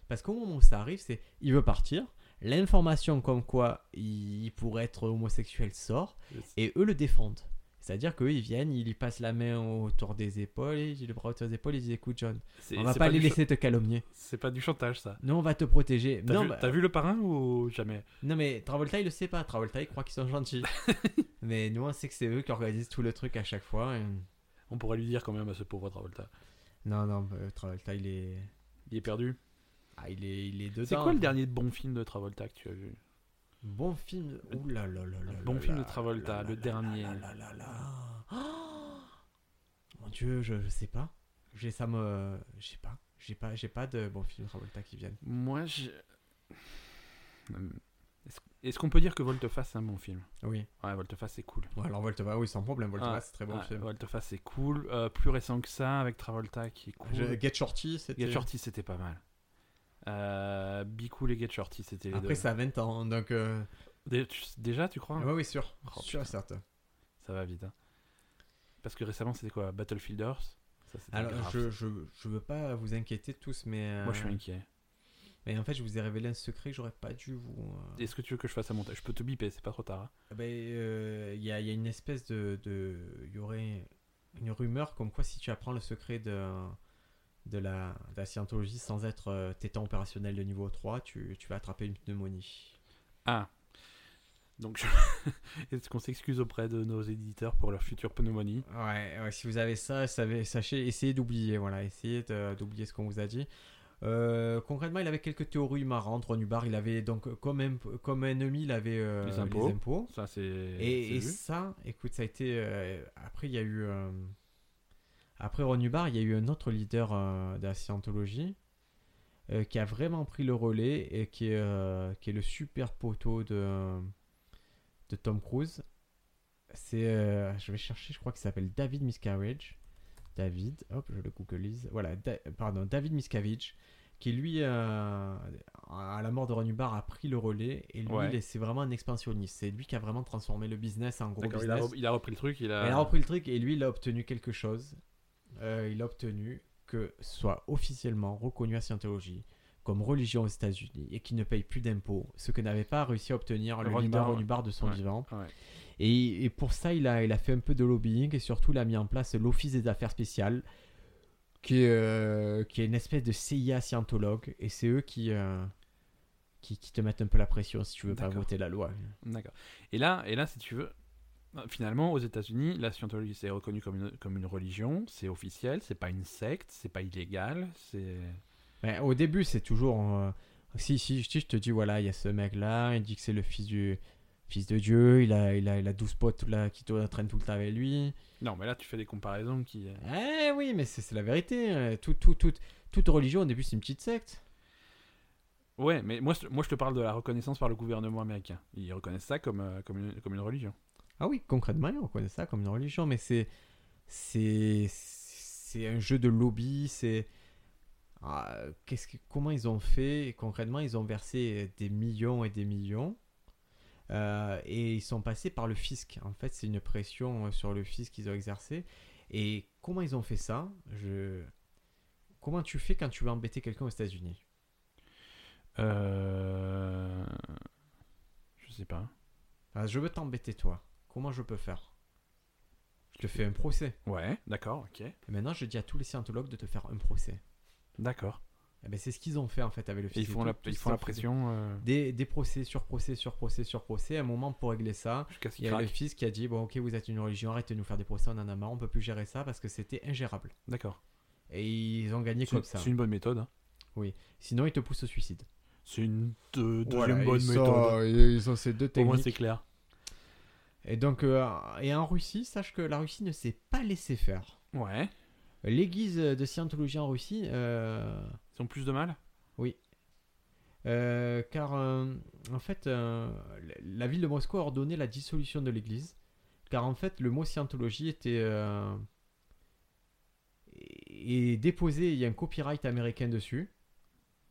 S2: Parce qu'au moment où ça arrive, c'est... Il veut partir, l'information comme quoi il pourrait être homosexuel sort, et eux le défendent. C'est-à-dire qu'eux, ils viennent, ils lui passent la main autour des épaules, ils le bras autour des épaules, ils disent, écoute John,
S1: C'est-
S2: on va
S1: c'est
S2: pas les
S1: du cha-
S2: laisser te calomnier.
S1: C'est pas du chantage, ça.
S2: Nous, on va te protéger.
S1: T'as
S2: Non,
S1: vu,
S2: bah-
S1: t'as vu le parrain ou jamais
S2: non, mais Travolta, il le sait pas. Travolta, il croit qu'ils sont gentils. mais nous, on sait que c'est eux qui organisent tout le truc à chaque fois. et-
S1: On pourrait lui dire quand même à ce pauvre Travolta.
S2: Non, non, bah, Travolta, il est...
S1: Il est perdu.
S2: Ah, il est, il est dedans.
S1: C'est quoi le dernier bon film de Travolta que tu as vu
S2: Bon film.
S1: Le-
S2: Ouh là là là là
S1: bon
S2: là
S1: film
S2: là
S1: de Travolta,
S2: là
S1: le
S2: là
S1: dernier.
S2: là là là là. Oh Mon Dieu, je, je sais pas. J'ai ça me, je sais pas, j'ai pas, j'ai pas de bon film de Travolta qui viennent.
S1: Moi, je. Hum. Est-ce est-ce qu'on peut dire que Volteface c'est un bon film
S2: Oui.
S1: Ouais, Volteface c'est cool.
S2: Bon, alors Voltova, oui, sans problème.
S1: Ah,
S2: Voltova, c'est très bon
S1: Ouais,
S2: film.
S1: Volteface c'est cool. Euh, plus récent que ça, avec Travolta qui est cool.
S2: Je- Get Shorty, c'était.
S1: Get Shorty c'était pas mal. Euh, Be Cool et Get Shorty c'était les deux.
S2: Après, ça a 20 ans, donc. euh,
S1: Dé- tu- Déjà, tu crois
S2: ouais, oui, sûr.
S1: Oh,
S2: sûr, et certain.
S1: Ça va vite. hein. Parce que récemment, c'était quoi Battlefield Earth Ça, c'était
S2: Alors,
S1: Ah, grave.
S2: je, je, je veux pas vous inquiéter tous, mais. euh,
S1: Moi, je suis inquiet.
S2: Mais en fait, je vous ai révélé un secret que j'aurais pas dû vous. euh,
S1: Est-ce que tu veux que je fasse un montage Je peux te biper, c'est pas trop tard. hein.
S2: Ah ben, euh, il y, a il y a une espèce de, de- Il y aurait une rumeur comme quoi si tu apprends le secret d'un de la, de la scientologie sans être euh, tétan opérationnel de niveau 3, tu, tu vas attraper une pneumonie.
S1: Ah. Donc, je... est-ce qu'on s'excuse auprès de nos éditeurs pour leur future pneumonie
S2: Ouais, ouais, si vous avez ça, savez- sachez, essayez d'oublier, voilà, essayez de- d'oublier ce qu'on vous a dit. Euh, concrètement, il avait quelques théories marrantes, Ron Hubbard. Il avait donc euh, comme, imp- comme ennemi, il avait euh,
S1: Les impôts.
S2: les impôts.
S1: Ça, c'est.
S2: Et, et
S1: c'est vu.
S2: ça, écoute, ça a été. euh, après, il y a eu. euh, après Ron Hubbard, il y a eu un autre leader euh, de la scientologie euh, qui a vraiment pris le relais et qui est, euh, qui est le super poteau de, euh, de Tom Cruise. C'est. euh, je vais chercher, je crois qu'il s'appelle David Miscavige. David, hop, je le googlise. Voilà, Da- pardon, David Miscavige, qui lui, euh, à la mort de Ron Hubbard, a pris le relais. Et lui,
S1: Ouais.
S2: il est- c'est vraiment un expansionniste. C'est lui qui a vraiment transformé le business en gros
S1: D'accord,
S2: business.
S1: il, a re- il a repris le truc. Il a.
S2: Elle a repris le truc et lui, il a obtenu quelque chose. Euh, il a obtenu que soit officiellement reconnue la Scientologie comme religion aux États-Unis et qu'il ne paye plus d'impôts, ce que n'avait pas réussi à obtenir le
S1: Ron
S2: leader
S1: Hubbard,
S2: Ron Hubbard de son
S1: Ouais.
S2: vivant.
S1: Ouais.
S2: Et, et pour ça, il a, il a fait un peu de lobbying et surtout, il a mis en place l'Office des affaires spéciales, qui est, euh, qui est une espèce de CIA scientologue. Et c'est eux qui, euh, qui, qui te mettent un peu la pression si tu veux pas
S1: D'accord.
S2: voter la loi.
S1: D'accord. Et là, et là, si tu veux, finalement, aux États-Unis, la scientologie c'est reconnu comme une, comme une religion, c'est officiel, c'est pas une secte, c'est pas illégal, c'est.
S2: Ben, au début, c'est toujours. euh, si, si, si, je te dis, voilà, il y a ce mec-là, il dit que c'est le fils, du, fils de Dieu, il a, il a, il a 12 potes là, qui te- traînent tout le temps avec lui.
S1: Non, mais là, tu fais des comparaisons qui.
S2: Eh oui, mais c'est c'est la vérité. euh, Tout, tout, tout- toute religion, au début, c'est une petite secte.
S1: Ouais, mais moi, je- moi, je te parle de la reconnaissance par le gouvernement américain. Ils reconnaissent ça comme, euh, comme, une, comme une religion.
S2: Ah oui, concrètement, on reconnaît ça comme une religion, mais c'est. C'est. C'est un jeu de lobby, c'est. Ah, qu'est-ce que- comment ils ont fait Concrètement, ils ont versé des millions et des millions. euh, et ils sont passés par le fisc. En fait, c'est une pression euh, sur le fisc qu'ils ont exercée. Et comment ils ont fait ça Je... Comment tu fais quand tu veux embêter quelqu'un aux États-Unis
S1: Euh... Je sais pas.
S2: Ah, Je veux t'embêter, toi. Comment je peux faire Je te fais un procès.
S1: Ouais, d'accord, ok.
S2: Et maintenant, je dis à tous les scientologues de te faire un procès.
S1: D'accord.
S2: Eh ben, c'est ce qu'ils ont fait en fait avec le
S1: Et
S2: fisc.
S1: Ils font
S2: tout-
S1: la,
S2: tout
S1: ils
S2: ça
S1: font la
S2: fait-
S1: pression euh,
S2: Des, des procès sur procès sur procès sur procès. À un moment, pour régler ça,
S1: jusqu'à ce
S2: il y
S1: qu'ils
S2: a le
S1: craquent.
S2: fisc qui a dit Bon, ok, vous êtes une religion, arrêtez de nous faire des procès, on en a marre, on peut plus gérer ça parce que c'était ingérable.
S1: D'accord.
S2: Et ils ont gagné
S1: C'est
S2: comme
S1: une-
S2: ça.
S1: c'est une bonne méthode. hein.
S2: Sinon, ils te poussent au suicide.
S1: C'est une deux-
S2: Voilà,
S1: deuxième bonne
S2: ils
S1: méthode.
S2: Sont, ils ont ces deux
S1: Au moins,
S2: techniques.
S1: c'est clair.
S2: et donc, euh, et en Russie, sache que la Russie ne s'est pas laissée faire.
S1: Ouais.
S2: L'église de Scientologie en Russie. euh,
S1: Ils ont plus de mal
S2: Euh, car euh, en fait, euh, la- la ville de Moscou a ordonné la dissolution de l'église, car en fait, le mot scientologie était euh, est est déposé, il y a un copyright américain dessus,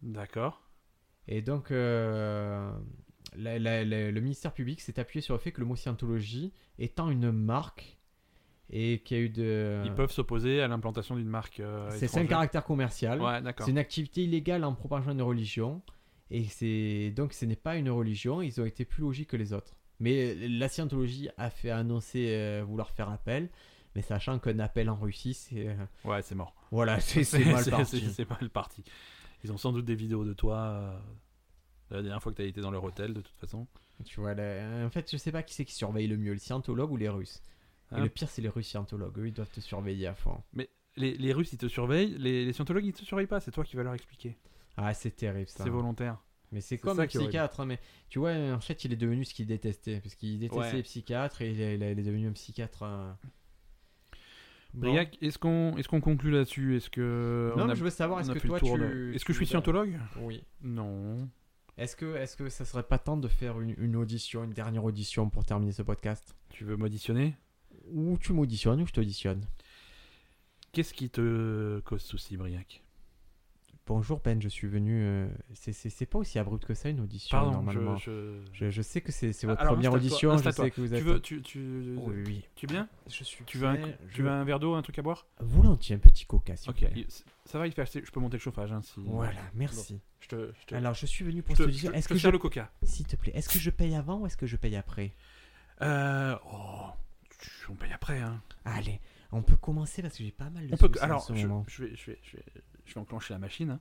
S1: D'accord.
S2: et donc euh, la- la- la- le ministère public s'est appuyé sur le fait que le mot scientologie étant une marque et qu'il y a eu de,
S1: Ils peuvent s'opposer à l'implantation d'une marque. euh,
S2: c'est c'est un
S1: étrangère.
S2: caractère commercial.
S1: Ouais, d'accord.
S2: C'est une activité illégale en propageant une religion. Et c'est donc ce n'est pas une religion. Ils ont été plus logiques que les autres. Mais euh, la scientologie a fait annoncer euh, vouloir faire appel. Mais sachant qu'un appel en Russie, c'est. euh,
S1: Ouais, c'est mort.
S2: voilà, c'est c'est mal parti.
S1: c'est- c'est mal parti. Ils ont sans doute des vidéos de toi euh, la dernière fois que t'as été dans leur hôtel, de toute façon.
S2: Tu vois, là, en fait, je sais pas qui c'est qui surveille le mieux, le scientologue ou les Russes. Et
S1: Ah.
S2: le pire, c'est les Russes scientologues. Eux, ils doivent te surveiller à fond.
S1: Les, les Russes, ils te surveillent. Les, les scientologues, ils te surveillent pas. C'est toi qui vas leur expliquer.
S2: Ah, c'est terrible ça.
S1: C'est volontaire.
S2: Mais c'est
S1: C'est
S2: comme
S1: ça
S2: le
S1: qui est horrible.
S2: psychiatre, hein, mais tu vois, en fait, il est devenu ce qu'il détestait, parce qu'il détestait
S1: Ouais.
S2: les psychiatres et il est, il est devenu un psychiatre. euh, bon.
S1: Briac, est-ce qu'on est qu'on conclut là-dessus Est-ce que.
S2: non,
S1: on a-
S2: mais je veux savoir,
S1: on
S2: est-ce
S1: a
S2: que
S1: fait le
S2: toi,
S1: tour
S2: tu.
S1: de- Est-ce que
S2: tu-
S1: je suis scientologue
S2: Oui.
S1: Non.
S2: Est-ce que, est-ce que ça serait pas temps de faire une, une audition, une dernière audition pour terminer ce podcast
S1: Tu veux m'auditionner
S2: Ou tu m'auditionnes ou je t'auditionne
S1: Qu'est-ce qui te cause souci, Briac
S2: Bonjour Ben, je suis venu. euh, c'est- c'est c'est pas aussi abrupt que ça une audition
S1: Pardon, je-
S2: normalement. Je... Ah,
S1: je-
S2: je sais que c'est c'est votre
S1: Alors,
S2: première
S1: installe-toi,
S2: audition, je
S1: installe-toi.
S2: sais que vous êtes.
S1: Tu veux. Tu, tu,
S2: Oui, oui.
S1: tu es bien
S2: Je suis.
S1: Tu veux, un,
S2: prêt,
S1: tu
S2: je-
S1: veux un verre d'eau, un truc à boire
S2: Volontiers un petit coca, s'il vous
S1: Ok,
S2: plaît.
S1: il- c- ça va, il fait assez. Je peux monter le chauffage. Hein, si...
S2: Voilà, merci.
S1: Je te, je te-
S2: Alors, je suis venu
S1: je
S2: pour
S1: te-
S2: te
S1: je
S2: dire,
S1: te-
S2: est-ce
S1: je te
S2: que je,
S1: sers le coca.
S2: s'il te plaît, est-ce que je paye avant ou est-ce que je paye après
S1: Euh, oh, tu- on paye après. Hein.
S2: Allez, on peut commencer parce que j'ai pas mal de
S1: On peut,
S2: soucis en
S1: alors,
S2: ce
S1: je,
S2: moment.
S1: je vais, je, vais, je, vais, je Je vais enclencher la machine. hein.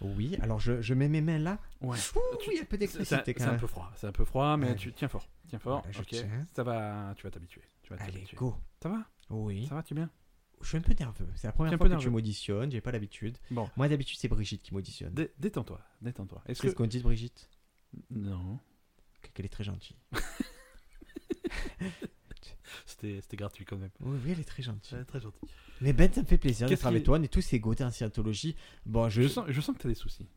S2: Oui, alors je, je mets mes mains là.
S1: Ouais.
S2: Ouh,
S1: Tu-
S2: il y a un peu
S1: C'est c'est un,
S2: d'électricité
S1: c'est
S2: quand
S1: un
S2: même.
S1: peu froid, c'est un peu froid, mais
S2: Ouais.
S1: tu tiens fort, tiens fort.
S2: Voilà, je
S1: ok.
S2: tiens.
S1: Ça va, tu vas t'habituer. Tu vas
S2: Allez,
S1: t'habituer.
S2: go.
S1: Ça va,
S2: Oui.
S1: ça va, tu es bien.
S2: Je suis un peu nerveux. C'est la première
S1: T'es un
S2: fois
S1: peu
S2: que tu
S1: nerveux.
S2: m'auditionnes. J'ai pas l'habitude.
S1: Bon.
S2: Moi, d'habitude, c'est Brigitte qui m'auditionne.
S1: Dé- Détends-toi, détends-toi. Est-ce
S2: Euh, Qu'est-ce
S1: que
S2: qu'on dit de Brigitte
S1: non,
S2: Que- Qu'elle est très gentille.
S1: c'était c'était gratuit quand même.
S2: Oui, oui, elle est très gentille.
S1: Très gentil.
S2: Mais Ben, ça me fait plaisir
S1: Qu'est-ce
S2: d'être avec
S1: qui-
S2: toi. On est tous égaux, t'es en scientologie. Bon, je.
S1: Je sens, je sens que t'as des soucis.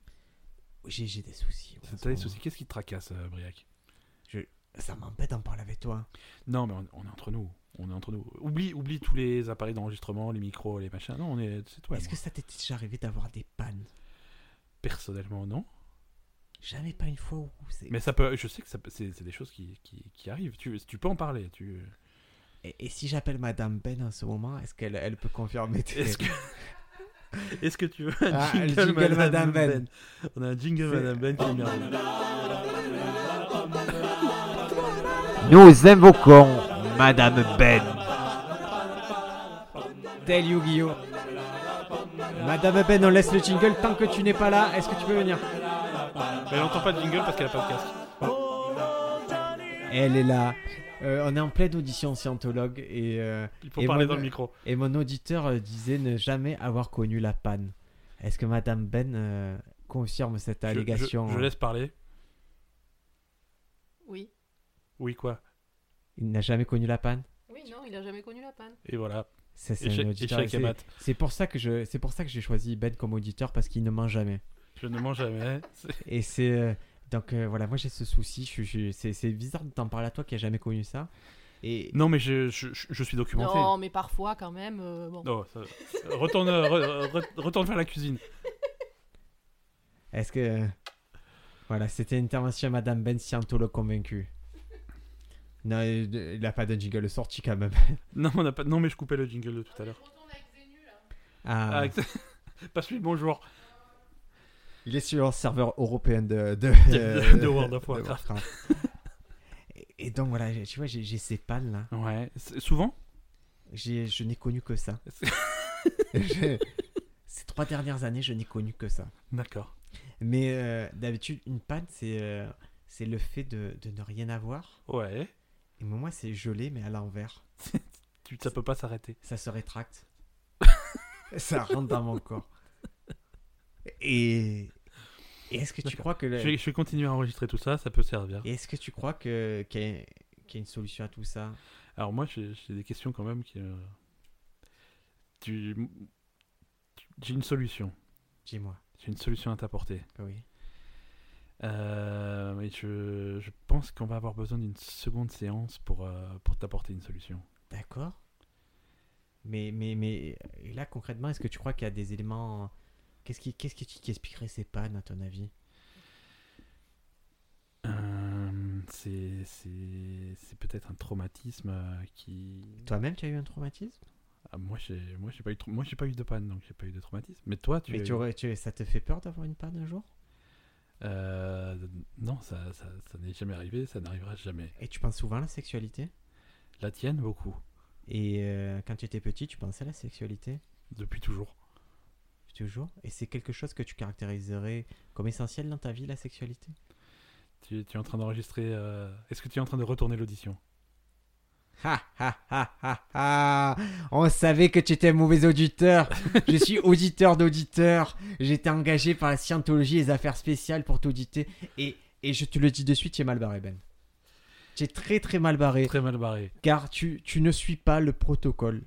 S2: J'ai j'ai des soucis. ouais, en ce
S1: T'as des
S2: moment.
S1: soucis. Qu'est-ce qui te tracasse, euh, Briac
S2: Ça m'embête d'en parler avec toi. hein.
S1: Non, mais on, on est entre nous. On est entre nous. Oublie, oublie tous les appareils d'enregistrement, les micros, les machins. Non, on est. C'est toi. et
S2: Est-ce que
S1: moi.
S2: ça t'est déjà arrivé d'avoir des pannes
S1: Personnellement, non.
S2: Jamais pas une fois où c'est.
S1: Mais ça peut. Je sais que ça peut- c'est c'est des choses qui, qui, qui arrivent. Tu, tu peux en parler. Tu.
S2: Et, et si j'appelle Madame Ben en ce moment, est-ce qu'elle elle peut confirmer tes-
S1: Est-ce que... Est-ce que tu veux un
S2: Ah, le
S1: jingle, Madame
S2: jingle Madame
S1: ben.
S2: Ben.
S1: On a un jingle
S2: C'est-
S1: Madame Ben qui est merveilleux.
S2: Nous invoquons Madame Ben. Tel Yu-Gi-Oh! Madame Ben, on laisse le jingle tant que tu n'es pas là. Est-ce que tu peux venir?
S1: Elle entend pas de jingle parce qu'elle a pas de casque.
S2: Elle est là. Euh, on est en pleine audition scientologue et, euh,
S1: Il faut
S2: Et
S1: parler dans
S2: moi,
S1: le
S2: euh,
S1: micro.
S2: et mon auditeur euh, disait ne jamais avoir connu la panne. Est-ce que Madame Ben euh, confirme cette
S1: Je- je-
S2: allégation?
S1: Je, laisse parler.
S5: Oui.
S1: Oui, quoi.
S2: Il n'a jamais connu la panne?
S5: Oui, non, il a jamais connu la panne.
S1: Et voilà.
S2: Ça, c'est un
S1: Échec,
S2: auditeur.
S1: échec et
S2: C'est-
S1: mat.
S2: C'est pour ça que je, c'est pour ça que j'ai choisi Ben comme auditeur parce qu'il ne ment jamais.
S1: Je ne mens jamais. C'est-
S2: Et c'est euh, donc euh, voilà, moi j'ai ce souci. Je, je- c'est, c'est bizarre de t'en parler à toi qui a jamais connu ça. Et
S1: Non, mais je, je, je suis documenté.
S5: Non, mais parfois quand même. euh, bon.
S1: Non, ça- retourne, euh, re- re- retourne faire la cuisine.
S2: est-ce que voilà, c'était une intervention à Madame Ben Scientologue convaincue. Non, euh, il a pas de jingle sorti quand même.
S1: Non, on n'a pas... non, mais je coupais le jingle de tout à l'heure.
S2: Ah,
S1: Ah, Passe lui le bonjour.
S2: il est sur le serveur européen de de,
S1: De- de World of Warcraft.
S2: Et- Et donc voilà, j'ai- tu vois, j'ai, j'ai ces pannes là.
S1: Ouais. C'est- Souvent
S2: J'ai- je n'ai connu que ça.
S1: C'est-
S2: Je- Ces trois dernières années, je n'ai connu que ça.
S1: D'accord.
S2: Mais euh, d'habitude, une panne, c'est euh, c'est le fait de, de ne rien avoir.
S1: Ouais.
S2: Et moi, c'est gelé, mais à l'envers.
S1: Tu- Ça peut pas s'arrêter.
S2: Ça se rétracte. ça rentre dans mon corps. Et, et est-ce que tu
S1: D'accord.
S2: crois que le-
S1: Je, vais- je vais continuer à enregistrer tout ça, ça peut servir.
S2: et est-ce que tu crois que qu'il y, a- qu'il y a une solution à tout ça
S1: Alors moi, j'ai j'ai des questions quand même qui... euh, Tu... tu- J'ai une solution.
S2: Dis-moi.
S1: J'ai une solution à t'apporter.
S2: Oui.
S1: Euh, mais je, je pense qu'on va avoir besoin d'une seconde séance pour, euh, pour t'apporter une solution.
S2: D'accord. Mais, mais, mais et là, concrètement, est-ce que tu crois qu'il y a des éléments. Qu'est-ce qui, qu'est-ce qui, qui expliquerait ces pannes, à ton avis
S1: Euh, c'est c'est- c'est peut-être un traumatisme euh, qui...
S2: Toi-même, tu as eu un traumatisme
S1: Ah, moi, j'ai moi, j'ai pas, eu de trau- moi, j'ai pas eu de panne, donc j'ai pas eu de traumatisme. Mais toi, tu...
S2: Mais
S1: as
S2: tu
S1: eu-
S2: aurais, tu, ça te fait peur d'avoir une panne un jour
S1: Euh, non, ça, ça, ça n'est jamais arrivé, ça n'arrivera jamais.
S2: Et tu penses souvent à la sexualité
S1: La tienne, beaucoup.
S2: Et euh, quand tu étais petit, tu pensais à la sexualité
S1: Depuis toujours.
S2: Toujours Et c'est quelque chose que tu caractériserais comme essentiel dans ta vie, la sexualité
S1: Tu, tu es en train d'enregistrer. euh, Est-ce que tu es en train de retourner l'audition
S2: Ha ha ha ha ha On savait que tu étais un mauvais auditeur. Je suis auditeur d'auditeurs. J'étais engagé par la scientologie et les affaires spéciales pour t'auditer. Et, et je te le dis de suite, tu es mal barré, Ben. Tu es très très mal barré.
S1: Très mal barré.
S2: Car tu, tu ne suis pas le protocole.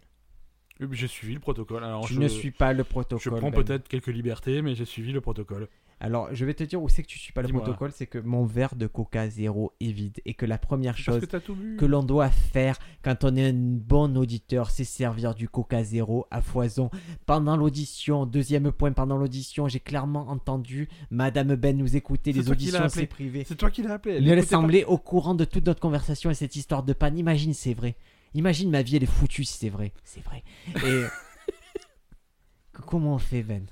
S1: Euh, J'ai suivi le protocole. Alors
S2: tu
S1: je,
S2: ne suis pas le protocole.
S1: je prends
S2: Ben.
S1: peut-être quelques libertés, mais j'ai suivi le protocole.
S2: Alors, je vais te dire où c'est que tu suis pas le
S1: Dis-moi.
S2: protocole. C'est que mon verre de coca zéro est vide. Et que la première chose
S1: Parce que t'as tout bu.
S2: que l'on doit faire quand on est un bon auditeur, c'est servir du coca zéro à foison. Pendant l'audition, deuxième point, pendant l'audition, j'ai clairement entendu Madame Ben nous écouter,
S1: C'est
S2: les
S1: toi qui l'as
S2: auditions,
S1: appelé.
S2: c'est privé.
S1: C'est toi qui l'as appelé. elle
S2: Il
S1: écoutait
S2: semblait au courant de toute notre conversation et cette histoire de panne. Imagine, c'est vrai. Imagine ma vie, elle est foutue si c'est vrai. C'est vrai. Et que- comment on fait, Ben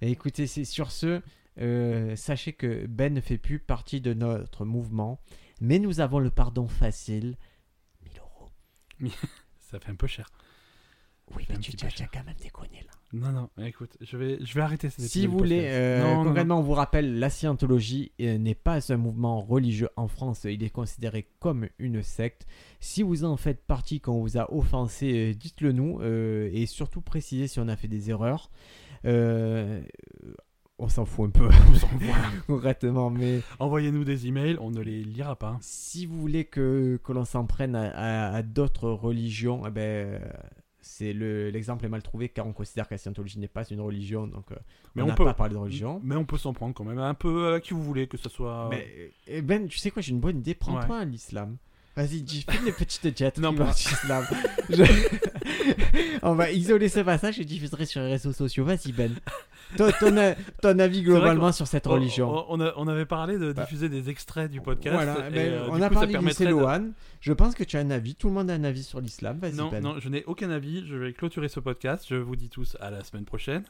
S2: Et Écoutez, c'est sur ce, euh, sachez que Ben ne fait plus partie de notre mouvement, mais nous avons le pardon facile. 1000 euros.
S1: pas. Ça fait un peu cher.
S2: Oui,
S1: C'est
S2: mais
S1: un
S2: tu
S1: petit
S2: tu
S1: peu
S2: as tu as
S1: cher.
S2: quand même déconné là.
S1: Non, non, écoute, je vais, je vais arrêter cette
S2: Si vous voulez, euh, concrètement, on vous rappelle, la scientologie euh, n'est pas un mouvement religieux en France. Il est considéré comme une secte. Si vous en faites partie, qu'on vous a offensé, euh, dites-le nous. euh, et surtout, précisez si on a fait des erreurs. Euh, on s'en fout un peu, concrètement. Mais
S1: Envoyez-nous des emails, on ne les lira pas. hein.
S2: si vous voulez que, que l'on s'en prenne à, à- à d'autres religions, eh ben, euh, c'est le- l'exemple est mal trouvé car on considère que la scientologie n'est pas une religion. Donc, euh,
S1: Mais
S2: on
S1: on,
S2: n'a
S1: peut.
S2: pas parlé de religion.
S1: Mais on peut s'en prendre quand même, un peu à qui vous voulez, que ce soit.
S2: Mais, euh, eh ben, tu sais quoi, j'ai une bonne idée. Prends-toi un l'islam. Vas-y, dis, fais une petite jet.
S1: Non,
S2: pour
S1: moi.
S2: l'islam. Je- On va isoler ce passage et diffuserai sur les réseaux sociaux. Vas-y, Ben. Ton, ton, a- ton avis
S1: vrai
S2: globalement sur cette
S1: On-
S2: religion
S1: euh, oh, On, on a- on avait parlé de
S2: Bah.
S1: diffuser des extraits du oh, podcast.
S2: Voilà,
S1: et,
S2: ben,
S1: euh,
S2: on
S1: du
S2: a
S1: coup, ça
S2: parlé du hein,
S1: permettrait de-
S2: Céloane. Je pense que tu as un avis. Tout le monde a un avis sur l'islam. Vas-y,
S1: Non,
S2: Ben.
S1: non, je n'ai aucun avis. Je vais clôturer ce podcast. Je vous dis tous à la semaine prochaine.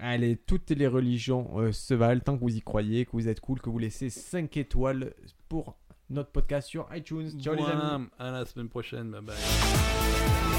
S2: Allez, toutes les religions euh, se valent tant que vous y croyez, que vous êtes cool, que vous laissez 5 étoiles pour notre podcast sur iTunes. Ciao, les amis.
S1: Mouah, À la semaine prochaine. Bye bye.